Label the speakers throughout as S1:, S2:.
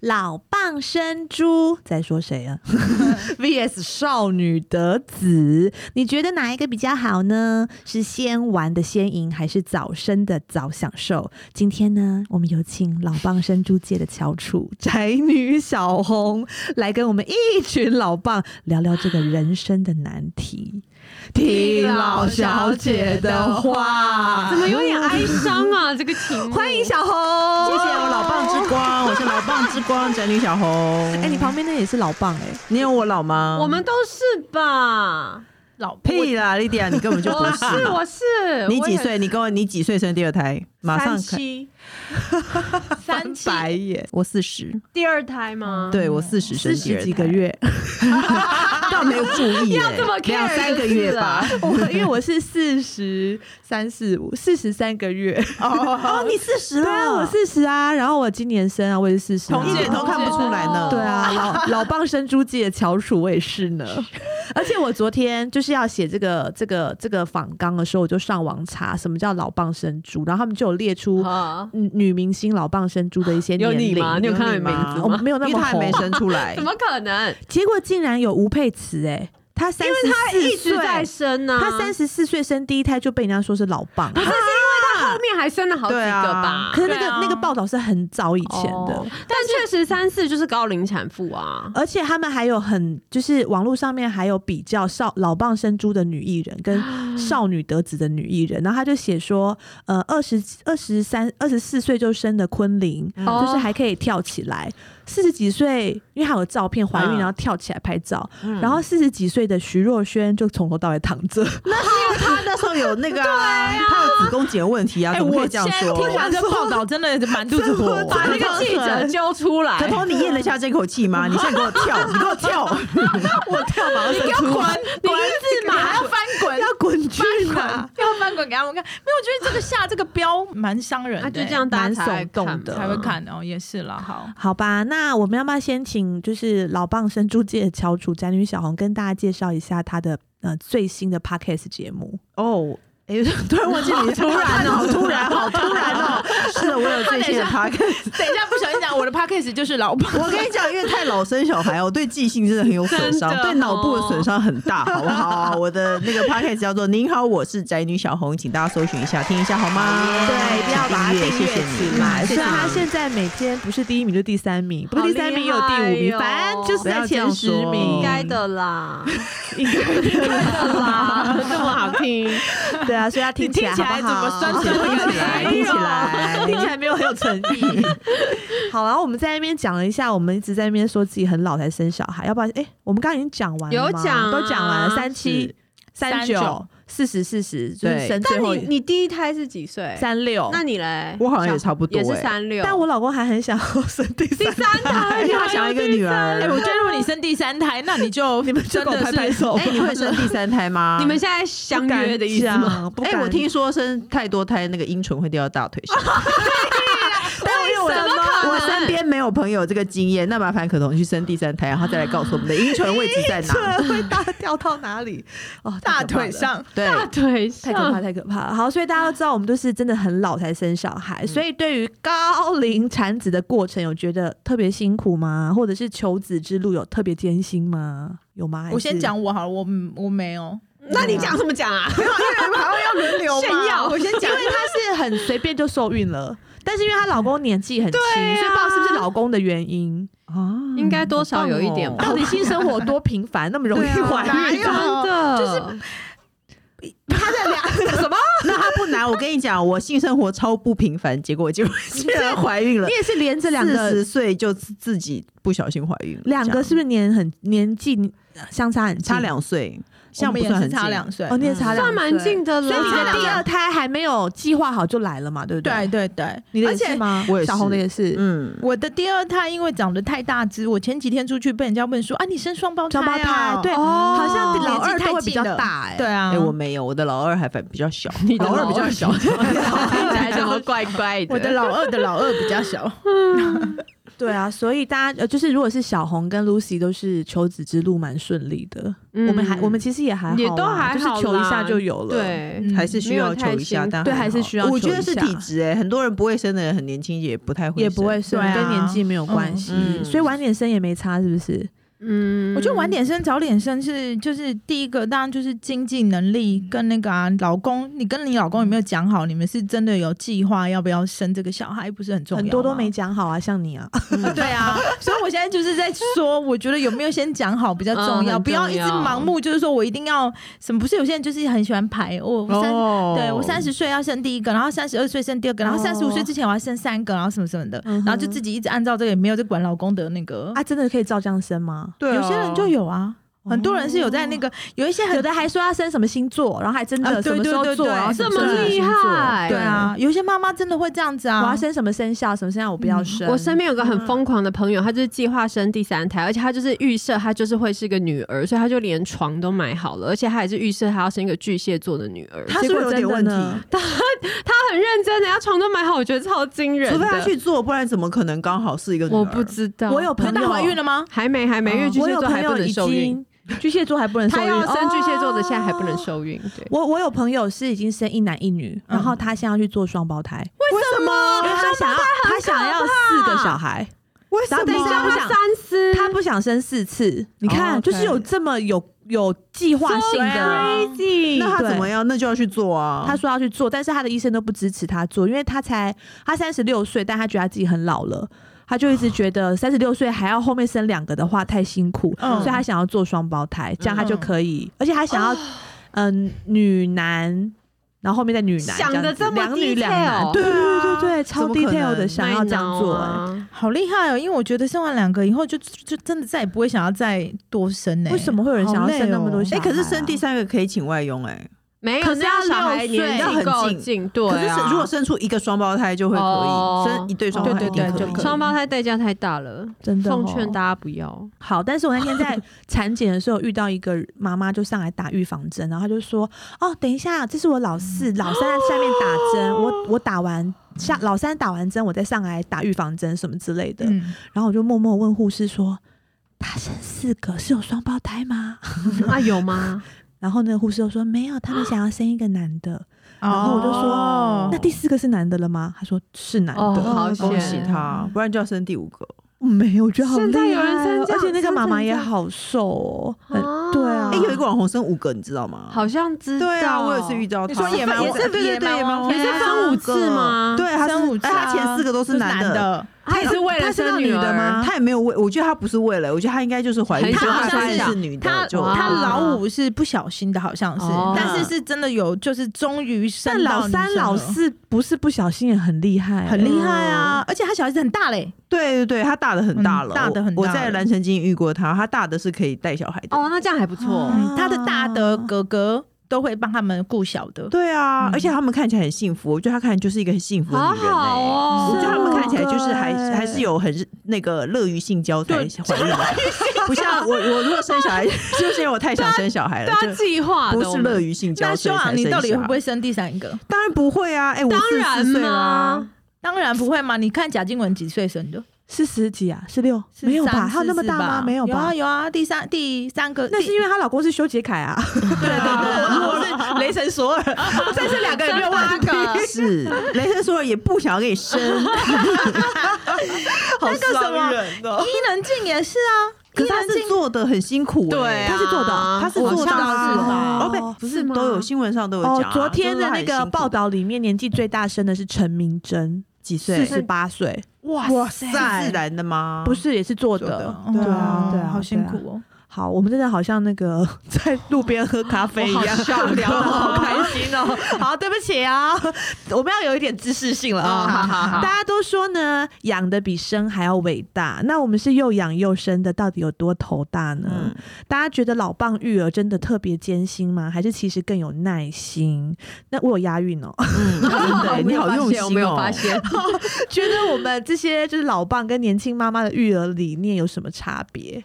S1: 老蚌生珠，在说谁 啊？VS 少女得子，你觉得哪一个比较好呢？是先玩的先赢，还是早生的早享受？今天呢，我们有请老蚌生珠界的翘楚宅女小红来跟我们一群老蚌聊聊这个人生的难题。
S2: 听老小姐的
S1: 话
S2: 怎么有点哀伤 啊？这个题目
S1: 欢迎小红，
S3: 谢谢我老棒之光，我是老棒之光宅女小红。
S1: 哎、你旁边那也是老棒哎、
S3: 你有我老吗？
S1: 嗯
S2: 我们都是吧？老
S3: 屁啦莉迪亚，你根本就 不
S2: 我
S3: 是。
S2: 是我是，
S3: 你几
S2: 我也？
S3: 岁？你跟我你几岁生第二胎？马上
S4: 三
S3: 看
S4: 七， 三七，
S3: 白眼。我四十，
S2: 第二胎
S1: 嗯
S2: 吗？
S3: 对我四十生
S1: 四
S3: 第
S1: 十
S3: 二
S1: 几个
S3: 胎，
S1: 月，
S3: 倒没有注意
S2: 要
S3: 欸
S2: 这么 care
S3: 两三个月 吧。
S1: 我因为我是四十三四五，四十三个月。
S3: 哦，你四十
S1: 对啊，我四十啊，然后我今年生啊，我也四十、啊。
S3: 同届都看不出来呢。
S1: 对啊， 老老棒生猪界的翘楚我也是呢。 而且我昨天就是要写这个这个这个访纲的时候，我就上网查什么叫老棒生猪，然后他们就有列出
S2: 啊，
S1: 女女明星老棒生猪的一些年
S2: 有
S1: 龄。
S2: 你吗？你有看到你
S3: 有
S2: 名
S3: 你吗
S2: 字
S1: 我
S2: 吗？哦
S1: 没有那
S3: 因为
S1: 么
S3: 他还
S1: 红
S3: 没，生出 来
S2: 怎。么可能？
S1: 结果竟然有吴佩慈哎、她三十哎四
S2: 一
S1: 岁
S2: 直，在生啊呢。
S1: 她三十四岁生第一胎就被人家说是老棒。
S2: 后面还生了好几个
S3: 对啊
S2: 吧？
S1: 可是那
S4: 对
S1: 个、
S4: 啊
S1: 那个报道是很早以前的，嗯
S2: 哦但确实三四就是高龄产妇啊。
S1: 而且他们还有很就是网络上面还有比较少老蚌生珠的女艺人跟少女得子的女艺人，然后他就写说，呃，二十二十三二十四岁就生的昆凌，
S2: 哦
S1: 就是还可以跳起来，四十几岁因为还有照片怀孕，
S3: 嗯
S1: 然后跳起来拍照，然后四十几岁的徐若瑄就从头到尾躺着。
S3: 他那时候有那个 啊，他有子宫颈的问题啊，
S4: 哎，
S3: 怎么可
S4: 我
S3: 以这样
S4: 现在
S3: 说？
S4: 听完这报道，真的满肚子火。
S2: 把那个记者揪出来，
S3: 啊可彤，你咽了下这口气吗？你现在给我跳，你给我跳， 我跳马上生出来。
S2: 你一字马
S4: 要翻滚，
S1: 要滚去哪？
S4: 要翻滚给他们看。没有，我觉得这个下这个标蛮伤人
S2: 啊，
S4: 的，欸
S2: 就这样大家才会看
S1: 嗯
S2: 嘛
S1: 蛮耸动的嗯
S4: 才会。看哦，也是啦。好，
S1: 好吧，那我们要不要先请就是老棒生猪界的翘楚宅女小红跟大家介绍一下她的呃最新的 podcast 节目？
S3: 哦，哎、 突然忘记你，突然哦，突然，好突然哦。 是的，我有最 新的 podcast。
S4: 等一下不小心讲，我的 podcast 就是老板。
S3: 我跟你讲，因为太老生小孩，我对记性真的很有损伤
S2: 真，的哦
S3: 对脑部的损伤很大，好不好？我的那个 podcast 叫做《您好，我是宅女小红》，请大家搜寻一下，听一下好吗？
S1: 对，一定要把它订
S3: 请
S1: 阅
S3: 谢谢
S1: 起
S3: 你
S1: 来。
S3: 谢
S1: 虽然
S3: 啊谢
S1: 她
S3: 你。
S1: 现在每天不是第一名就第三名，不
S2: 好
S1: 是
S2: 厉
S1: 第
S2: 害
S1: 三名也有第五名，
S2: 哦
S1: 反正就是在前十
S3: 不要这样说
S2: 应
S1: 名。
S2: 该的啦，
S1: 应该
S2: 的啦，这么好听，
S1: 对啊，所以她听起来
S4: 你听起
S1: 好
S4: 来
S1: 不好
S4: 怎么酸
S3: 听起来，听起来，
S1: 听起来没有很有诚意。好，啊然后我们在那边讲了一下，我们一直在那边说自己很老才生小孩，要不然哎、我们刚刚已经讲完了吗，
S2: 有讲啊
S1: 都讲完了，三七
S3: 是、
S1: 三九
S4: 39、
S1: 四十、四十，就是
S3: 对
S1: 生最
S2: 但
S1: 后
S2: 你你第一胎是几岁？
S1: 三哦六。
S2: 那你嘞？
S3: 我好像也差不多
S2: 也是
S3: 欸
S2: 三六。
S1: 但我老公还很想要生第
S2: 第
S1: 三，
S2: 三胎
S3: 而且，他想要一个女儿
S4: 哎，。我觉得如果你生第三胎，那你就你们真
S1: 跟我
S4: 的
S1: 拍拍
S4: 是
S1: 手
S3: 哎、。你会生第三胎 吗？
S2: 你们现在相
S1: 不敢
S2: 约的意思吗？
S1: 讲不
S3: 哎、
S1: 敢
S3: 我听说生太多胎，那个阴唇会掉到大腿上。但因为
S2: 为什么可能
S3: 我我身边没有朋友这个经验，那麻烦可彤去生第三胎，然后再来告诉我们的阴唇位置在哪。
S1: 这会大掉到哪里？哦，太可怕
S4: 大
S1: 了
S4: 腿。上，
S3: 对，
S2: 大腿
S1: 太可 怕，
S2: 上，
S1: 太可怕了！好，所以大家都知道，我们都是真的很老才生小孩，所以对于高龄产子的过程，有觉得特别辛苦吗？或者是求子之路有特别艰辛吗？有吗？还是
S4: 我先，讲我好了，我我没有，
S2: 那你讲什么讲啊？
S4: 没有，因为我们好像要轮流嘛
S2: 炫耀
S4: 我先
S1: 因
S4: 讲
S1: 为，她是很随便就受孕了，但是因为她老公年纪很轻，
S2: 对啊
S1: 所以不知道是不是老公的原因，
S3: 啊
S2: 应该多少有一点吧
S1: 到底性生活多频繁，那么容易哦怀
S2: 啊
S1: 孕？
S4: 哪
S2: 真
S4: 有
S2: 的
S4: 就是
S1: 她的两什么？
S3: 那他不难，我跟你讲，我性生活超不平凡，结果 我结果现在怀 孕 了
S1: 你，也是连着两
S3: 四
S1: 个
S3: 十，岁就自自己不小心怀孕了，
S1: 两个是
S3: 不
S1: 不是年很年纪相差很近？
S3: 差两岁？
S4: 我
S3: 像
S4: 们
S3: 不
S4: 也
S3: 算
S4: 是
S3: 很
S4: 差
S3: 近
S4: 两岁
S1: 哦，，你也差两
S2: 算蛮
S1: 岁
S2: 近的
S1: 所以你的
S2: 了。
S1: 第二胎还没有计划好就来了嘛，对不
S4: 对
S1: 对？，
S4: 对对，
S1: 你的
S4: 而
S1: 也
S4: 且
S1: 是吗？
S3: 我也是
S1: 小红的也是，
S3: 嗯，
S4: 我的第二胎因为长得太大只，我前几天出去被人家问说啊，你生双胞胎、
S1: 双
S4: 啊？
S1: 胞胎，对，
S2: 哦
S1: 好像
S4: 年纪
S1: 老二
S4: 太
S1: 都会比
S4: 近
S1: 较
S4: 了
S1: 大，哎，
S4: 对，啊，
S3: 哎、我没有，我的老二还反比较小，
S2: 的
S3: 老二比
S2: 老
S3: 较
S2: 二
S3: 小。
S2: 啊听起来怎么怪怪的？
S4: 我的老二的老二比较小，
S1: 对啊，所以大家呃，就是如果是小红跟 Lucy 都是求子之路蛮顺利的，我们还我们其嗯实也还好啦，
S2: 也都还
S1: 就是
S2: 好
S1: 求一下
S2: 啦
S1: 就有了，
S2: 对，
S4: 嗯
S3: 还是需要求一下，
S2: 没有太辛苦
S3: 但
S1: 对，
S3: 还
S1: 还是
S3: 好
S1: 需要
S3: 我觉
S1: 求
S3: 得
S1: 一
S3: 是
S1: 下
S3: 体质哎、很多人不会生的人很年轻也不太会，
S1: 也不会，生，
S4: 对啊
S1: 跟年纪没有关系，
S3: 嗯
S1: 所以晚点生也没差，是不是？
S2: 嗯
S4: 我觉得晚点生早点生是就是第一个，当然就是经济能力跟那个啊，老公，你跟你老公有没有讲好？你们是真的有计划要不要生这个小孩，不是很重要吗？
S1: 很多都没讲好啊，像你啊，
S4: 啊 对啊，所以我现在就是在说，我觉得有没有先讲好比较重
S2: 嗯
S4: 要，
S2: 很
S4: 不要一直
S2: 重要
S4: 盲目，就是说我一定要什么？不是有些人就是很喜欢排我我生。
S3: 哦
S4: 对我三十岁要生第一个，然后三十二岁生第二个，然后
S1: 哦
S4: 三十五岁之前我要生三个，然后什么什么的，
S1: 嗯哼
S4: 然后就自己一直按照这个，也没有在管老公的那个。
S1: 啊，真的可以照这样生吗？
S3: 对啊、
S4: 有些人就有啊，
S1: 哦
S4: 很多人是有在那个，有一些很
S1: 有的还说要生什么星座，然后还真
S4: 啊
S1: 的
S4: 对
S1: 什么时候
S4: 对对
S1: 做，
S4: 对
S1: 然后什
S2: 这
S1: 时候
S2: 么
S1: 生
S2: 厉
S1: 星座，
S2: 害，
S4: 对啊，有一些妈妈真的会这样子啊。
S1: 我要生什么生肖，什么生肖我不要
S4: 嗯
S1: 生。
S2: 我身边有个很疯狂的朋友，他就是计划生第三胎，而且他就是预设他就是会是个女儿，所以他就连床都买好了，而且他还是预设他要生一个巨蟹座的女儿。
S3: 他是不是有点问题
S1: 结果真的呢？
S2: 他很认真的，他床都买好，我觉得超惊人的。
S3: 除非他去做，不然怎么可能刚好是一个女儿？
S2: 我不知道，
S1: 我有朋
S4: 那她
S1: 友
S4: 怀孕了吗？
S2: 还没还没，因为巨
S1: 啊我
S2: 蟹
S1: 有
S2: 座
S1: 朋
S2: 还不
S1: 友
S2: 能
S1: 已
S2: 受孕，
S1: 经 巨蟹座还不能受
S2: 他
S1: 孕，
S2: 要生巨蟹座的
S1: 哦
S2: 现在还不能。受孕，对。
S1: 我我有朋友是已经生一男一女，然
S2: 嗯
S1: 后他现在要去做双胞胎，
S3: 为什么
S1: 因为他想要他想要四个小孩，
S3: 为什
S1: 然后等一下
S3: 么？
S1: 不
S2: 他
S1: 想
S2: 三思，
S1: 他不想生四次。你
S3: 哦
S1: 看，
S3: ，OK
S1: 就是有这么有有计划性
S4: 对
S1: 的
S4: 啊。
S2: crazy，
S3: 那他
S1: 对
S3: 怎么样？那就要去做啊。
S1: 他说要去做，但是他的医生都不支持他做，因为他才他三十六岁，但他觉得他自己很老了，他就一直觉得三十六岁还要后面生两个的话太辛苦，
S4: 嗯
S1: 所以他想要做双胞胎，这样他就可以，而且他想要嗯、女男，然后后面再女男，
S2: 想得
S1: 样子
S2: 这么
S1: 两女两
S2: detail
S1: 男，对对对对对，
S3: 怎
S1: 超
S3: 么可能
S1: detail 的想要这样做、
S2: 太
S1: 哎
S2: 闹啊
S4: 好厉害哦！因为我觉得生完两个以后就，就真的再也不会想要再多生呢、
S1: 为什么会有人想要生那么多
S4: 好累哦
S1: 小
S3: 哎、
S1: 孩啊
S3: 可是生第三个可以请外佣哎、
S2: 没有，
S1: 可是要
S2: 那小孩
S1: 六岁
S2: 年
S3: 要
S2: 纪
S3: 很
S2: 够
S3: 近
S2: 近，对
S3: 可是
S2: 啊
S3: 生如果生出一个双胞胎就会可以，
S2: 哦
S3: 生一对双胞胎
S4: 对对
S3: 一定
S4: 对，
S3: 可以。
S4: 就可以
S2: 双胞胎代价太大了，
S1: 真的、
S2: 奉
S3: 哦
S2: 劝大家不要。
S1: 好，但是我那天在产检的时候遇到一个妈妈，就上来打预防针，然后她就说：“哦，等一下，这是我老四，老三在下面打针，我我打完下老三打完针，我再上来打预防针什么之类的。
S4: 嗯，
S1: 然后我就默默问护士说：“他生四个是有双胞胎吗
S2: 啊，有 吗？？”
S1: 然后那个护士就说：“没有，他们想要生一个男的。
S4: 然
S1: 后我就说
S4: 说
S1: 那第四个是男的了吗？”他说：“是男的。哦
S2: 哦
S3: 哦
S2: 好险
S3: 恭喜他，不然就要生第五个。
S1: 没有，我觉得好
S2: 现在
S1: 厉
S2: 有人
S1: 害
S2: 生
S1: 哦
S2: 这
S1: 而
S2: 样
S1: 且那个
S2: 生
S1: 妈妈
S2: 成
S1: 也
S2: 这样
S1: 好瘦哦，很
S2: 啊
S1: 对啊
S3: 哎、有一个网红生五个，你知道吗？
S2: 好像知道，
S3: 对啊，我有一次遇到他。
S4: 你说野蛮
S3: 也
S4: 王
S3: 是对对对，
S4: 野
S3: 野蛮
S4: 蛮王啊
S3: 王
S2: 你是分五次吗？，
S3: 对，他
S4: 生五
S3: 是
S4: 次
S3: 哎
S4: 啊
S3: 他前四个都
S4: 就是男
S3: 男的，
S4: 的，
S2: 他也是为了
S3: 他
S2: 生
S3: 到
S2: 女
S3: 女的吗？
S2: 儿，
S3: 他也没有为，我觉得他不是为了，我觉得他应该就是怀孕，
S2: 很
S3: 就
S2: 想
S3: 发
S2: 生
S3: 现
S2: 小
S3: 是女
S4: 他
S3: 的就
S2: 哇
S4: 他老五是不小心的，好像是，
S2: 哦
S4: 但是是真的有，就是终于
S1: 但
S4: 生到
S1: 老
S4: 女生
S1: 三、
S4: 了
S1: 老四不是不小心也很厉害、欸
S4: 很厉害啊，而且他小孩子很大嘞，
S3: 对对对，他大的很大了，
S4: 嗯大得很大
S3: 我
S4: 了
S3: 我在蓝城金遇过他，他大的是可以带小孩的。
S2: 哦，那这样还不错。
S1: 啊
S4: 嗯他的大的哥哥都会帮他们顾小的，
S3: 对啊，
S4: 嗯
S3: 而且他们看起来很幸福，我觉得他看起来就是一个很幸福的
S2: 好
S3: 女人、欸。
S2: 好
S3: 我
S2: 哦，
S3: 觉得他们看起来就是还
S1: 对
S3: 还是有很那个乐于性交才怀
S4: 对
S3: 孕的，不像我我如果生小孩， 就是因为我太想生小孩了
S2: 对，啊，
S3: 就
S2: 计划的
S3: 不是乐于性交
S4: 那
S3: 所
S4: 修
S3: 以才
S4: 昂，
S3: 生
S4: 你到底
S3: 小
S4: 会
S3: 孩
S4: 不会生第三个？
S3: 当然不会啊！哎、我
S2: 当
S3: 四
S2: 然
S3: 十岁啊 啦
S2: 嘛，，
S4: 当然不会嘛！你看贾静雯几岁生的？
S1: 是十几啊，十六
S4: 是
S1: 没有吧？
S4: 三
S1: 她有那么
S4: 四
S1: 大吗？
S4: 吧
S1: 没有
S4: 有
S1: 吧
S4: 啊？有啊，第三第三个，
S1: 那
S4: 第
S1: 是因为她老公是修杰楷啊，哦
S4: 对对 对，如果是雷神索尔，再生两个也没有问题。
S2: 个
S3: 是 雷神说也不想要给你 生，好
S4: 个什么
S3: 伤人哦。
S4: 伊能静也是啊，
S3: 可
S4: 伊
S3: 是他
S4: 能
S3: 是
S4: 静
S3: 做的很辛苦、欸，
S2: 对啊
S3: 他是做的哦，他是做到
S2: 好像是吧
S3: 哦，不
S1: 哦
S3: 不是
S2: 是吗
S3: 都有新闻上都有讲啊、
S1: 哦，昨天的那
S3: 就是他
S1: 个
S3: 很辛苦
S1: 报道里面，年纪最大声的是陈明真，
S3: 几
S1: 四
S3: 岁？
S1: 十八岁，
S4: 哇
S3: 是自然的吗？
S1: 不是也是做
S3: 做
S1: 的
S3: 的。
S1: 对啊，对啊，
S4: 哦好辛苦
S1: 对啊。
S4: 哦。
S1: 好，我们真的好像那个 在路边喝咖啡一样，聊得 好开心哦。 好，对不起啊，我们要有一点知识性了啊。
S2: 好好好
S1: 大家都说呢，养的比生还要伟大。那我们是又养又生的，到底有多头大呢？
S3: 嗯，
S1: 大家觉得老棒育儿真的特别艰辛吗？还是其实更有耐心？那我有押韵 哦，
S3: 嗯，真的，你好用
S2: 我
S3: 心
S2: 没有
S3: 哦。
S2: 发现，
S1: 觉得我们这些就是老棒跟年轻妈妈的育儿理念有什么差别？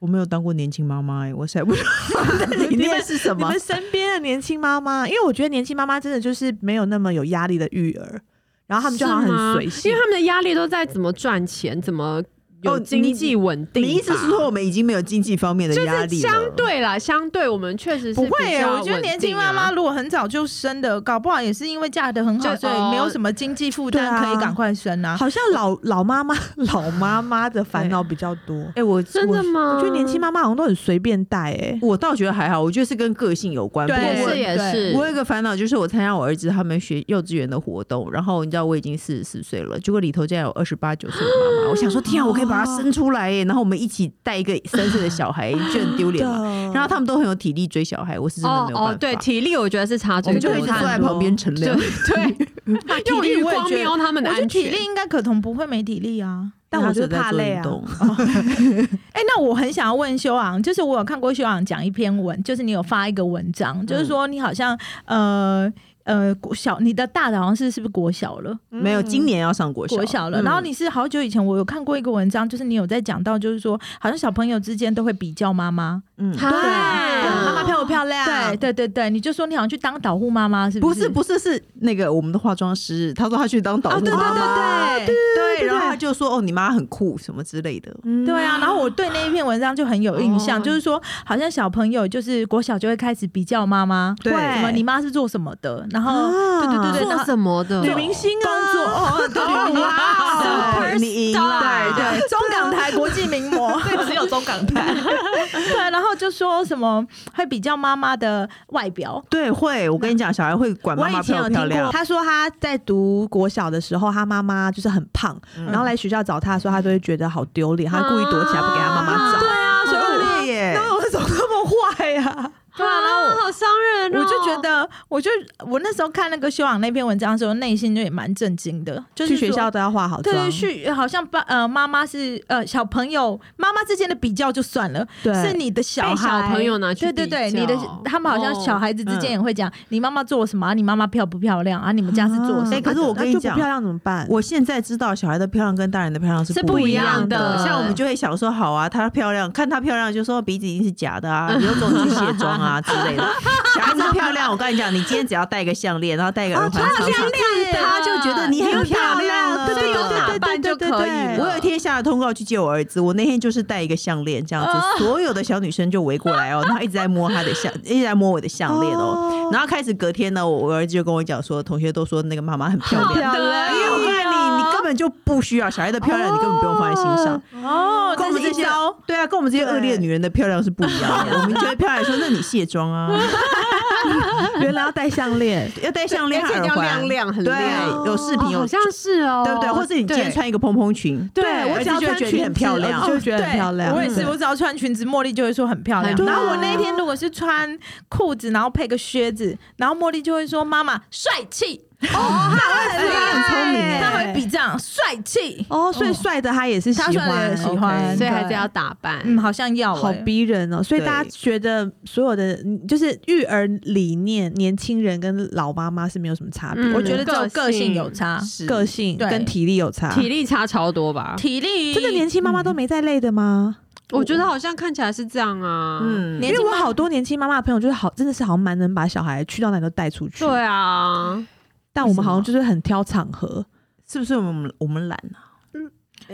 S3: 我没有当过年轻妈妈哎，我才不知道里面是什
S1: 你
S3: 么
S1: 们。身边的年轻妈妈，因为我觉得年轻妈妈真的就是没有那么有压力的育儿。然后他们就好像
S2: 是
S1: 很
S2: 吗
S1: 随性啊
S2: 因为。他们的压力都在怎么赚钱，怎么有
S3: 哦
S2: 经济稳定吧、
S3: 你意思是说我们已经没有经济方面的压
S2: 就是
S3: 力了？
S2: 相对啦，相对我们确实是
S4: 不会
S2: 比
S4: 耶、
S2: 较
S4: 我觉得
S2: 稳
S4: 年轻
S2: 定
S4: 妈
S2: 啊
S4: 妈如果很早就生的，搞不好也是因为嫁的很好，
S2: 就
S4: 所以没有什么经济负
S1: 对
S4: 担，
S1: 啊
S4: 可以赶快生啊。
S1: 好像老老妈妈、老妈妈的烦恼比较多。
S3: 哎、我
S2: 真的
S3: 我
S2: 吗？
S1: 我觉得年轻妈妈好像都很随便带、欸，
S3: 我倒觉得还好，我觉得是跟个性有关。
S4: 对
S3: 不
S2: 也
S3: 过我
S2: 是也
S4: 对
S2: 是，
S3: 我有一个烦恼，就是我参加我儿子他们学幼稚园的活动，然后你知道我已经四十四岁了，结果里头竟然有二十八九岁的妈妈，我想说天啊，我可以把他生出来耶，然后我们一起带一个三岁的小孩，就很丢脸嘛。
S1: 的
S3: 然后他们都很有体力追小孩，我是真的
S2: 哦
S3: 没有办法。
S2: 哦，对，体力我觉得是差
S3: 我
S2: 最
S3: 们
S2: 多
S3: 就
S2: 的，
S3: 一直
S1: 看
S3: 坐在
S1: 多
S3: 旁边 乘
S2: 就
S3: 凉。
S2: 对，用
S4: 体力
S2: 余
S4: 我也
S2: 光
S4: 觉得
S2: 瞄他们的
S4: 我觉得
S2: 安
S4: 体
S2: 全。
S4: 力应该可彤不会没体力啊。
S1: 但我
S3: 他
S1: 就
S3: 只
S1: 是
S3: 在
S1: 怕
S3: 做
S1: 累
S3: 运
S1: 啊
S3: 动
S4: 哎、那我很想要问修昂，就是我有看过修昂讲一篇文，就是你有发一个文章，就是说你好像呃呃国小，你的大的好像是是不是国小了？
S1: 嗯
S3: 没有，今年要上国小，嗯
S4: 国小了，然后你是好久以前我有看过一个文章，就是你有在讲到，就是说好像小朋友之间都会比较妈妈，
S3: 嗯，
S2: 对，啊
S1: 妈妈漂不漂亮？
S4: 对对对对，你就说你好像去当导护妈妈，是
S3: 不
S4: 是
S3: 是？不是是那个我们的化妆师，他说他去当导
S1: 啊
S3: 护
S1: 对
S4: 哦
S3: 妈妈，
S1: 对对
S3: 对，然后
S1: 对
S3: 他就说哦，你妈很酷什么之类的。
S1: 对
S4: 对啊，然后我对那一篇文章就很有印象，
S2: 哦
S4: 就是说好像小朋友就是国小就会开始比较妈妈，
S3: 对
S4: 什么你妈是做什么的，然后
S1: 啊
S4: 对对对对，然
S2: 做
S4: 后
S2: 什么的？
S1: 女明星啊，
S4: 工作哦，对对 对
S2: 哇
S3: 对你赢了
S2: Superstar
S3: 对
S4: 对，中港台国际名模，
S1: 哦 对，只有中港台，
S4: 对，啊然后就说什么会比较妈妈的外表，
S3: 对，会，我跟你讲，小孩会管妈
S1: 我
S3: 妈
S1: 以前
S3: 漂
S1: 有
S3: 不漂
S1: 听
S3: 亮
S1: 过，。他说他在读国小的时候，他妈妈就是很胖，然后来学校找他的时候，他都会觉得好丢脸，他故意躲起来不给他妈妈找。
S2: 对啊，所以
S3: 恶劣哦耶！
S1: 那我怎么那么坏呀、
S4: 对啊，然后我
S2: 啊好伤人哦。
S4: 我就觉得，我就我那时候看那个修养那篇文章的时候，内心就也蛮震惊的，就是
S1: 去学
S4: 说
S1: 校。都要化好妆，
S4: 对，去好像爸呃妈妈是呃小朋友妈妈之间的比较就算了，
S1: 对
S4: 是你的小
S2: 被
S4: 孩
S2: 小朋友拿去
S4: 对对对，
S2: 比较
S4: 你的他们好像
S2: 哦
S4: 小孩子之间也会讲、你妈妈做什么、啊，你妈妈漂不漂亮啊，你们家是做什么的、
S1: 哎
S3: 可是我跟
S1: 那
S3: 你
S1: 就不
S3: 讲
S1: 漂亮怎么办？
S3: 我现在知道小孩的漂亮跟大人的漂亮是
S2: 是
S3: 不
S2: 不
S3: 一
S2: 一
S3: 样
S2: 样
S3: 的，
S2: 的
S3: 像我们就会想说，好啊，她漂亮，看她漂亮就说鼻子一定是假的 啊，有种你去卸妆啊之 类的。小孩子漂亮，我跟你讲，你今天只要戴个项链，然后戴个耳环，
S1: 啊
S3: 常常
S2: 亮
S3: 他就觉得你很漂亮了
S1: 对对
S2: 有打
S1: 对对
S2: 扮
S1: 对对
S2: 就
S1: 对
S2: 可以
S1: 对
S2: 了
S3: 我有一天下了通告去接我儿子，我那天就是戴一个项链这样
S2: 哦
S3: 子，所有的小女生就围过 来哦，然后一直在摸他的项， 一直在摸我的项链哦
S1: 哦。
S3: 然后开始隔天呢，我我儿子就跟我讲说，同学都说那个妈妈很
S2: 哦
S3: 漂亮，
S1: 漂
S2: 亮哦
S3: 因为我告诉你，你根本就不需要小孩的漂亮，你根本不用放在心上。
S4: 哦，
S3: 跟我
S4: 这
S3: 们
S4: 是
S3: 这
S4: 一
S3: 些
S4: 招。
S3: 对啊，跟我们这些
S1: 对
S3: 恶劣的女人的漂亮是不一样的。我们觉得漂亮，说那你卸妆 啊，
S1: 原来要戴项链，
S3: 要戴项链、
S2: 而
S3: 和
S2: 且一定
S3: 耳
S2: 要亮
S3: 环，
S2: 亮很
S3: 对
S2: 亮，
S3: 有饰品，
S2: 哦
S3: 有
S2: 好像是哦，
S3: 对不对？或者你今天
S2: 对
S3: 穿一个蓬蓬裙，
S1: 对我
S3: 儿
S1: 只
S3: 子
S1: 要
S3: 就会
S1: 穿
S3: 觉得
S1: 裙
S3: 你很
S1: 子
S3: 漂
S1: 儿子
S3: 亮，
S1: 就会觉得很
S4: 对
S1: 漂亮。
S4: 我也是，
S1: 嗯
S4: 我只要穿裙子，茉莉就会说很漂亮。
S2: 很
S4: 然后
S1: 对
S4: 我
S1: 啊
S4: 那一天如果是穿裤子，然后配个靴子，然后茉莉就会说妈妈帅气，
S1: 哎你很聪明哎，
S4: 她会比这样帅气。
S1: 哦，所以帅的他也是喜
S4: 他
S1: 欢，
S4: 帅的也喜
S1: OK
S4: 欢，
S2: 所以还
S4: 对
S2: 是要打扮。
S4: 嗯，好像要、欸，
S1: 好逼人哦！所以
S3: 对
S1: 大家觉得所有的嗯就是育儿理念，年轻人跟老妈妈是没有什么差别。
S2: 嗯
S1: 我
S4: 我
S1: 觉
S4: 觉
S1: 得
S4: 得只有个性有差，
S3: 是
S1: 个性啊
S4: 对
S1: 跟体力有差。
S2: 体力差超多吧？
S4: 体力
S1: 真的年轻妈
S4: 嗯
S1: 妈都没在累的吗？
S2: 我觉得好像看起来是这样啊。嗯，
S3: 嗯
S1: 因
S4: 年
S1: 为
S4: 轻
S1: 我
S4: 妈
S1: 好多年轻妈妈的朋友，就是好真的是好像蛮能把小孩去到哪都带出去。
S2: 对，啊，
S1: 但我们
S3: 为什么
S4: 哦
S1: 好像就是很挑场合。
S3: 是不是我们我们懒啊？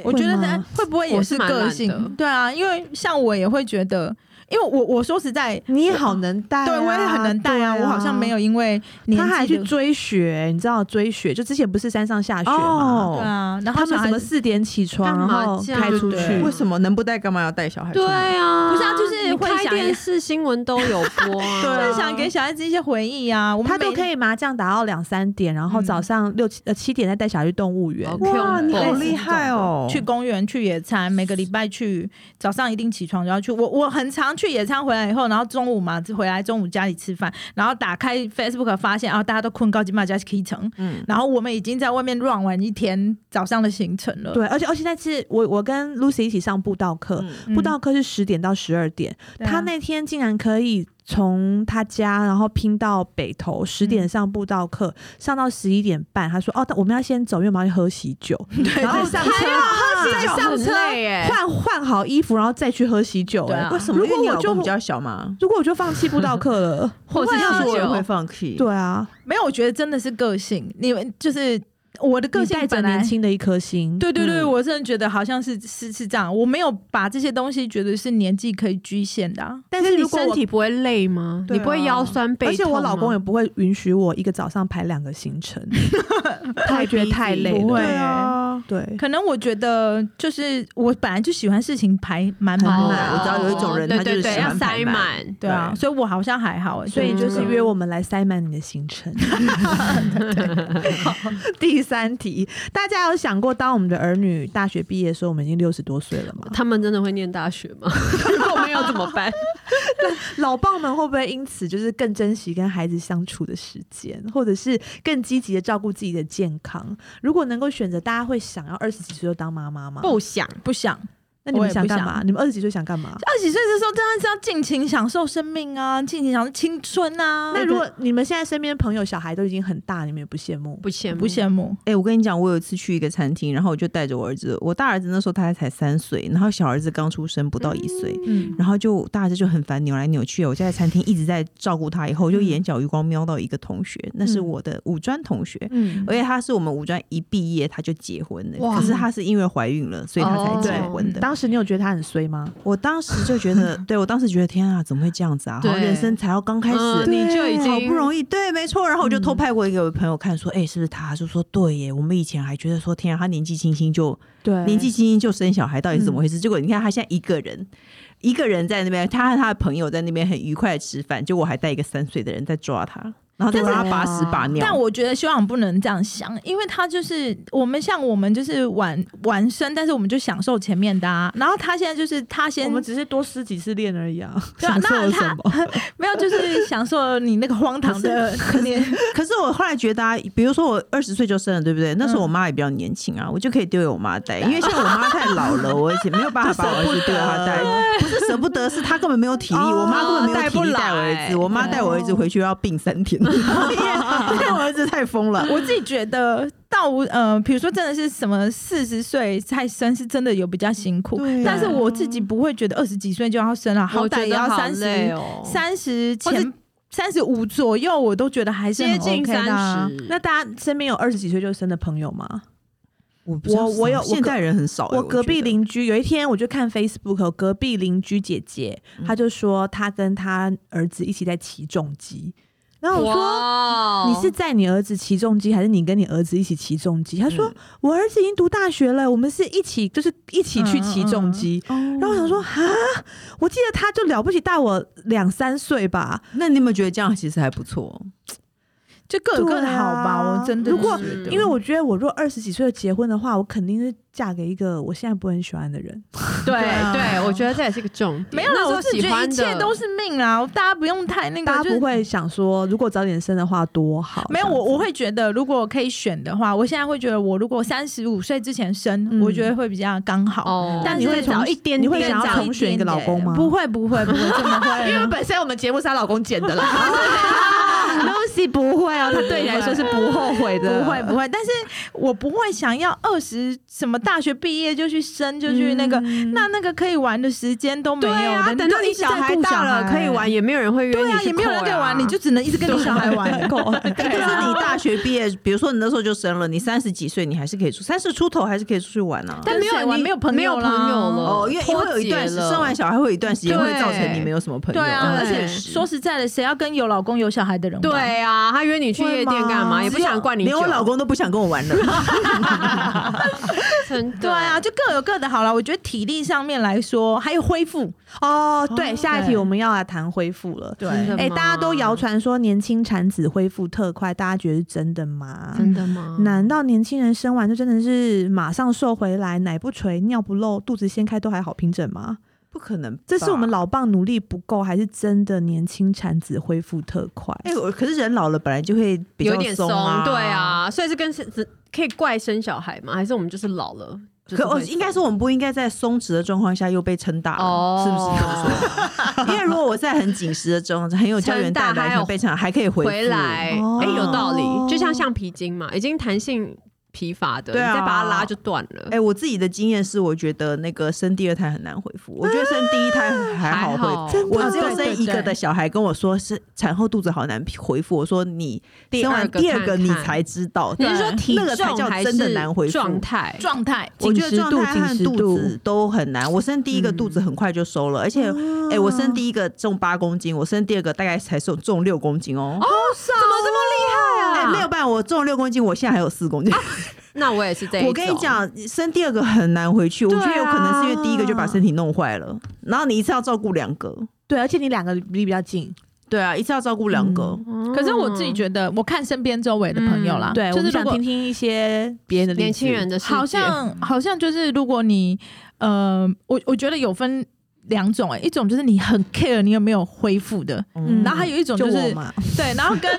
S4: 我觉得
S1: 会
S4: 他
S1: 吗
S4: 会不会也
S2: 我是蛮懒
S4: 个
S2: 的
S4: 性？对啊，因为像我也会觉得，因为我我说实在，
S1: 你也好能带啊、
S4: 对我也很能带啊，
S1: 对
S4: 我好像没。有因为年
S1: 他
S4: 纪
S1: 还去
S4: 的
S1: 追雪，你知道追雪？就之前不是山上下雪吗？
S3: 哦
S4: 啊对啊，然后
S1: 他
S4: 小
S1: 们
S4: 孩
S1: 什么
S4: 子
S1: 四点起床，然
S2: 干嘛
S1: 后
S2: 这样
S1: 开出
S4: 对
S1: 去，
S3: 为什么能不带干嘛要带小孩？
S2: 对，啊，
S4: 不是啊就是
S2: 你
S4: 会
S2: 开
S4: 想
S2: 电视新闻都有播
S3: 对
S2: 啊，
S3: 啊
S4: 就是想给小孩子一些回忆啊，我们
S1: 他都
S4: 每嗯
S1: 可以麻将打到两三点，然后早上六七呃七点再带小孩去动物园
S2: 好。
S3: 哇，你好
S2: 类似
S3: 厉害哦！
S4: 去公园去野餐，每个礼拜去，早上一定起床就要去。我我很常去野餐，回来以后，然后中午嘛回来中午家里吃饭，然后打开 Facebook 发现啊，大家都困高级马加西 K 城，
S3: 嗯，
S4: 然后我们已经在外面 run 完一天早上的行程了。
S1: 对，而且而且那次我我跟 Lucy 一起上步道课，
S3: 嗯
S4: 嗯，
S1: 步道课是十点到十二点，
S4: 对啊
S1: 他那天竟然可以从他家然后拼到北头，十点上步道课，上到十一点半。他说：“哦，但我们要先走，因为我们要去喝喜酒。”然后上车，
S2: 还
S1: 再
S2: 啊要喝喜酒
S1: 上
S2: 很
S1: 车
S2: 累耶
S1: 换换好衣服，然后再去喝喜酒。
S4: 对啊
S1: 哎
S3: 为什么？
S1: 如果
S3: 因为你
S1: 我
S3: 老
S1: 就
S3: 公比较小嘛，
S1: 如果我就放弃步道课了，
S2: 或者
S3: 要
S2: 是
S3: 是我也
S2: 酒
S3: 啊会放弃。
S1: 对啊，
S4: 没有，我觉得真的是个性，你们就是我的个
S1: 你
S4: 性
S1: 带着
S4: 本来
S1: 年轻的一颗心，
S4: 对对对，
S1: 嗯
S4: 我真的觉得好像是是是这样，我没有把这些东西觉得是年纪可以局限的、啊。
S1: 但
S2: 是
S1: 是
S2: 你
S1: 如果
S2: 身
S1: 我
S2: 体不会累吗？
S4: 对啊
S2: 你不会腰酸背
S1: 而
S2: 痛吗？
S1: 且我老公也不会允许我一个早上排两个行程，他会觉得太累
S3: 不
S4: 会
S1: 了。
S4: 对
S3: 啊，
S1: 对，
S4: 可能我觉得就是我本来就喜欢事情排满
S3: 很
S4: 满
S2: 哦
S3: 满
S4: 满，
S3: 我知道有一种人
S2: 对
S3: 他就
S2: 对
S3: 是
S2: 对
S3: 喜欢
S2: 要塞
S3: 排满
S2: 满，
S4: 对啊，
S3: 对
S4: 所以我好像还好、欸，
S1: 所以就是
S4: 嗯
S1: 约我们来塞满你的行程。好第三题，大家有想过，当我们的儿女大学毕业的时候，我们已经六十多岁了吗？
S2: 他们真的会念大学吗？ 如果没有怎么办？
S1: 老爸们会不会因此就是更珍惜跟孩子相处的时间，或者是更积极的照顾自己的健康？如果能够选择，大家会想要二十几岁就当妈妈吗？，
S2: 不想，
S4: 不想
S1: 那你们想干
S4: 我也不嗯
S1: 嘛？你们二十几岁想干嘛？
S4: 二十几岁的时候，真的是要尽情享受生命啊，尽情享受青春啊。
S1: 那如果你们现在身边朋友小孩都已经很大，你们也不羡慕？
S2: 不羡慕，
S4: 不羡慕，
S3: 哎、我跟你讲，我有一次去一个餐厅，然后我就带着我儿子，我大儿子那时候他才三岁，然后小儿子刚出生不到一岁，
S4: 嗯，
S3: 然后就大儿子就很烦，扭来扭去。我在餐厅一直在照顾他，以后我就
S2: 嗯
S3: 眼角余光瞄到一个同学，那是我的五专同学，
S1: 嗯
S3: 而且他是我们五专一毕业他就结婚的，
S2: 哇
S3: 可是他是因为怀孕了，所以他才
S2: 哦
S3: 结婚的。
S1: 当时你有觉得他很衰吗？
S3: 我当时就觉 得，对我当时觉得天啊，怎么会这样子啊？好像
S2: 对
S3: 人生才要刚开始，
S2: 嗯
S1: 对
S2: 你就已经
S3: 好不容易，对，没错。然后我就偷拍过一个朋友看，说，哎、是不是他？他就说，对耶，我们以前还觉得说，天啊，他年纪轻轻就
S1: 对
S3: 年纪轻轻就生小孩，到底是怎么回事？结果你看他现在一个人，一个人在那边，他和他的朋友在那边很愉快的吃饭，结果我还带一个三岁的人在抓他，然后再
S1: 但
S3: 帮
S1: 是
S3: 他把屎把尿。
S4: 但我觉得修养不能这样想，因为他就是我们像我们就是晚晚生，但是我们就享受前面的啊。然后他现在就是他先
S1: 我们只是多失几次恋而已啊，
S4: 对啊
S1: 享受了
S4: 那 他
S1: 什么？
S4: 没有，就是享受你那个荒唐 的年。
S3: 可是我后来觉得、啊，比如说我二十岁就生了，对不对？那时候我妈也比较年轻啊，我就可以丢给我妈带，因为现在我妈太老了，我以前没有办法把我儿子丢给她带，不是舍不得，是她根本没有体力，
S1: 哦
S3: 我妈根本没有
S2: 带
S3: 体
S2: 不
S3: 力带我儿子，
S2: 来
S3: 我妈带我儿子回去要病三天，因为带我儿子太疯了。
S4: 我自己觉得到呃，比如说真的是什么四十岁再生，是真的有比较辛苦。
S3: 对啊
S4: 但是我自己不会觉得二十几岁就要生了，好
S2: 我觉
S4: 歹
S2: 得
S4: 也要
S2: 好
S4: 三
S2: 累
S4: 十
S2: 哦
S4: 三十
S2: 或
S4: 前三十五左右，我都觉得还是很
S2: 接
S4: OK
S2: 近
S4: 的
S2: 三
S4: 啊、
S2: 十，
S1: 那大家身边有二十几岁就生的朋友吗？
S3: 我不知道
S1: 我我有我
S3: 现代人很少欸、
S1: 我隔壁
S3: 觉得
S1: 邻居有一天，我就看 Facebook，我隔壁邻居姐姐，她就说她跟她儿子一起在骑重机，然后我说。
S4: 哦
S2: 哇哦
S1: 你是在你儿子骑重机，还是你跟你儿子一起骑重机？她说、
S3: 嗯
S1: 我儿子已经读大学了，我们是一起，就是一起去骑重机。
S3: 嗯哦
S1: 然后我想说啊，我记得他就了不起大我两三岁吧，
S3: 那你有没有觉得这样其实还不错？
S4: 就各有各的
S1: 对啊
S4: 好吧。我真的
S1: 如果
S4: 觉得
S1: 因为我觉得我若二十几岁就结婚的话，我肯定是嫁给一个我现在不很喜欢的人。
S2: 对
S4: 啊
S2: 对，我觉得这也是个重点。
S4: 没有啦，
S2: 那时
S4: 我
S2: 候
S4: 自
S2: 喜
S4: 己觉得
S2: 欢
S4: 一
S2: 的
S4: 切都是命啦，大家不用太那个，
S1: 大家
S4: 就是
S1: 不会想说，如果早点生的话多好。
S4: 没有，我我
S1: 会
S4: 会觉得，如果可以选的话，我现在会觉得，我如果三十五岁之前生，
S1: 嗯
S4: 我觉得会比较刚好。
S2: 哦
S4: 但
S1: 你
S4: 是
S1: 会
S4: 找
S1: 重
S4: 一点点，
S1: 你会想要
S4: 找
S1: 重选一个
S4: 点
S1: 老公
S4: 点
S1: 吗
S4: 不会，不会，不会，怎么 会？因为
S1: 本身我们节目是她老公剪的啦。Lucy 不会哦，她对你来
S2: 啊
S1: 说是不后悔的，
S4: 不会，不会。但是我不会想要二十什么大学毕业就去生，就去那个，那那个可以玩的时间都没
S2: 嗯对
S4: 有
S2: 啊，
S4: 的。
S2: 等到你
S4: 你就一直
S2: 小
S4: 在
S2: 孩
S4: 顾
S2: 大了可以玩，。也没有人会约你去扣
S4: 对
S2: 啊，
S4: 啊，也没有人可以玩，你就只能一直跟你小孩玩。
S1: 够。
S3: 哎可
S4: 啊
S3: 是你大学毕业，比如说你那时候就生了，你三十几岁，你还是可以出三十出头，还是可以出去玩啊。
S2: 但没
S4: 跟谁
S2: 有
S4: 玩
S2: 你
S4: 没有朋友
S2: 没有朋
S4: 啦
S2: 友了
S3: 哦，因为因为有一段时
S2: 脱节了
S3: 生完小孩会有一段时间会
S2: 对
S3: 造成你没有什么朋友，
S4: 对啊，而
S2: 对
S4: 且说实在的，谁要跟有老公有小孩的人玩？
S2: 对啊，他约你去夜店干嘛？也不想灌你
S3: 连我
S2: 酒
S3: 老公都不想跟我玩了。
S2: 真的
S4: 对啊，就各有各的好了。我觉得体力上面来说，还有恢复，
S1: 哦，对，下一题
S4: 对
S1: 我们要来谈恢复了。
S4: 对
S2: 真的
S1: 哎，
S2: 吗
S1: 大家都谣传说年轻产子恢复特快，大家觉得是真的吗？
S2: 真的吗？
S1: 难道年轻人生完就真的是马上瘦回来，奶不垂、尿不漏、肚子掀开都还好平整吗？
S3: 不可能吧，
S1: 这是我们老棒努力不够，还是真的年轻产子恢复特快？
S3: 哎，我可是人老了本来就会比
S2: 有
S3: 较
S2: 点
S3: 松
S2: 松，
S3: 啊，
S2: 对。啊，所以是跟生只可以怪生小孩吗？还是我们就是老了？就是
S3: 可我哦
S2: 会
S3: 应该说，我们不应该在松弛的状况下又被撑大了，
S2: 哦
S3: 是不是 这 么说？因为如果我在很紧实的状况下，很有胶原蛋
S2: 撑大
S3: 白
S2: 还有
S3: 很被撑大，还可以恢复
S2: 回来，哎、
S1: 哦
S2: 有道理，就像橡皮筋嘛，已经弹性疲乏的，
S3: 对啊
S2: 你再把它拉就断了。
S3: 哎、我自己的经验是，我觉得那个生第二胎很难恢复。我觉得生第一胎还好
S2: 啊还
S3: 恢
S2: 好
S3: 复。
S1: 真的
S3: 我只有
S4: 对对
S3: 生一个的
S4: 对
S3: 小孩跟我说，是产后肚子好难恢复。我说你
S2: 第
S3: 生
S2: 二
S3: 完
S2: 个
S3: 第二个
S2: 看
S3: 你
S2: 看
S3: 才知道，
S2: 你
S4: 对
S2: 是说体
S3: 那个才
S2: 重
S3: 叫
S2: 还
S3: 真的
S2: 是
S3: 难恢复
S2: 状态？
S4: 状态
S3: 我觉
S1: 紧
S3: 得
S1: 实
S3: 状
S1: 度
S3: 态和
S1: 紧实
S3: 肚
S1: 度
S3: 子都很难。我生第一个肚
S2: 嗯
S3: 子很快就收了，而且，
S2: 哦
S3: 哎、我生第一个重八公斤，我生第二个大概才重重六公斤哦。
S2: 怎么这么厉害
S3: 哎、
S2: 啊？
S3: 没有，办法，我重六公斤，我现在还有四公斤。
S2: 那我也是这一种。
S3: 我跟你讲，生第二个很难回去，我
S2: 对啊
S3: 觉得有可能是因为第一个就把身体弄坏了，然后你一次要照顾两个。
S1: 对，而且你两个离比较近，
S3: 对啊，一次要照顾两个。
S2: 嗯，
S4: 可是我自己觉得，我看身边周围的朋友啦，
S1: 嗯对，我
S4: 就是
S1: 们
S4: 如
S1: 想
S4: 果
S1: 听听一些别人的例
S2: 年
S1: 子
S2: 轻人的世界
S4: 好像好像就是如果你呃，我我觉得有分两种、欸，一种就是你很 care 你有没有恢复的，
S1: 嗯
S4: 然后还有一种
S1: 就
S4: 就是
S1: 我
S4: 是
S1: 嘛，
S4: 对，然后跟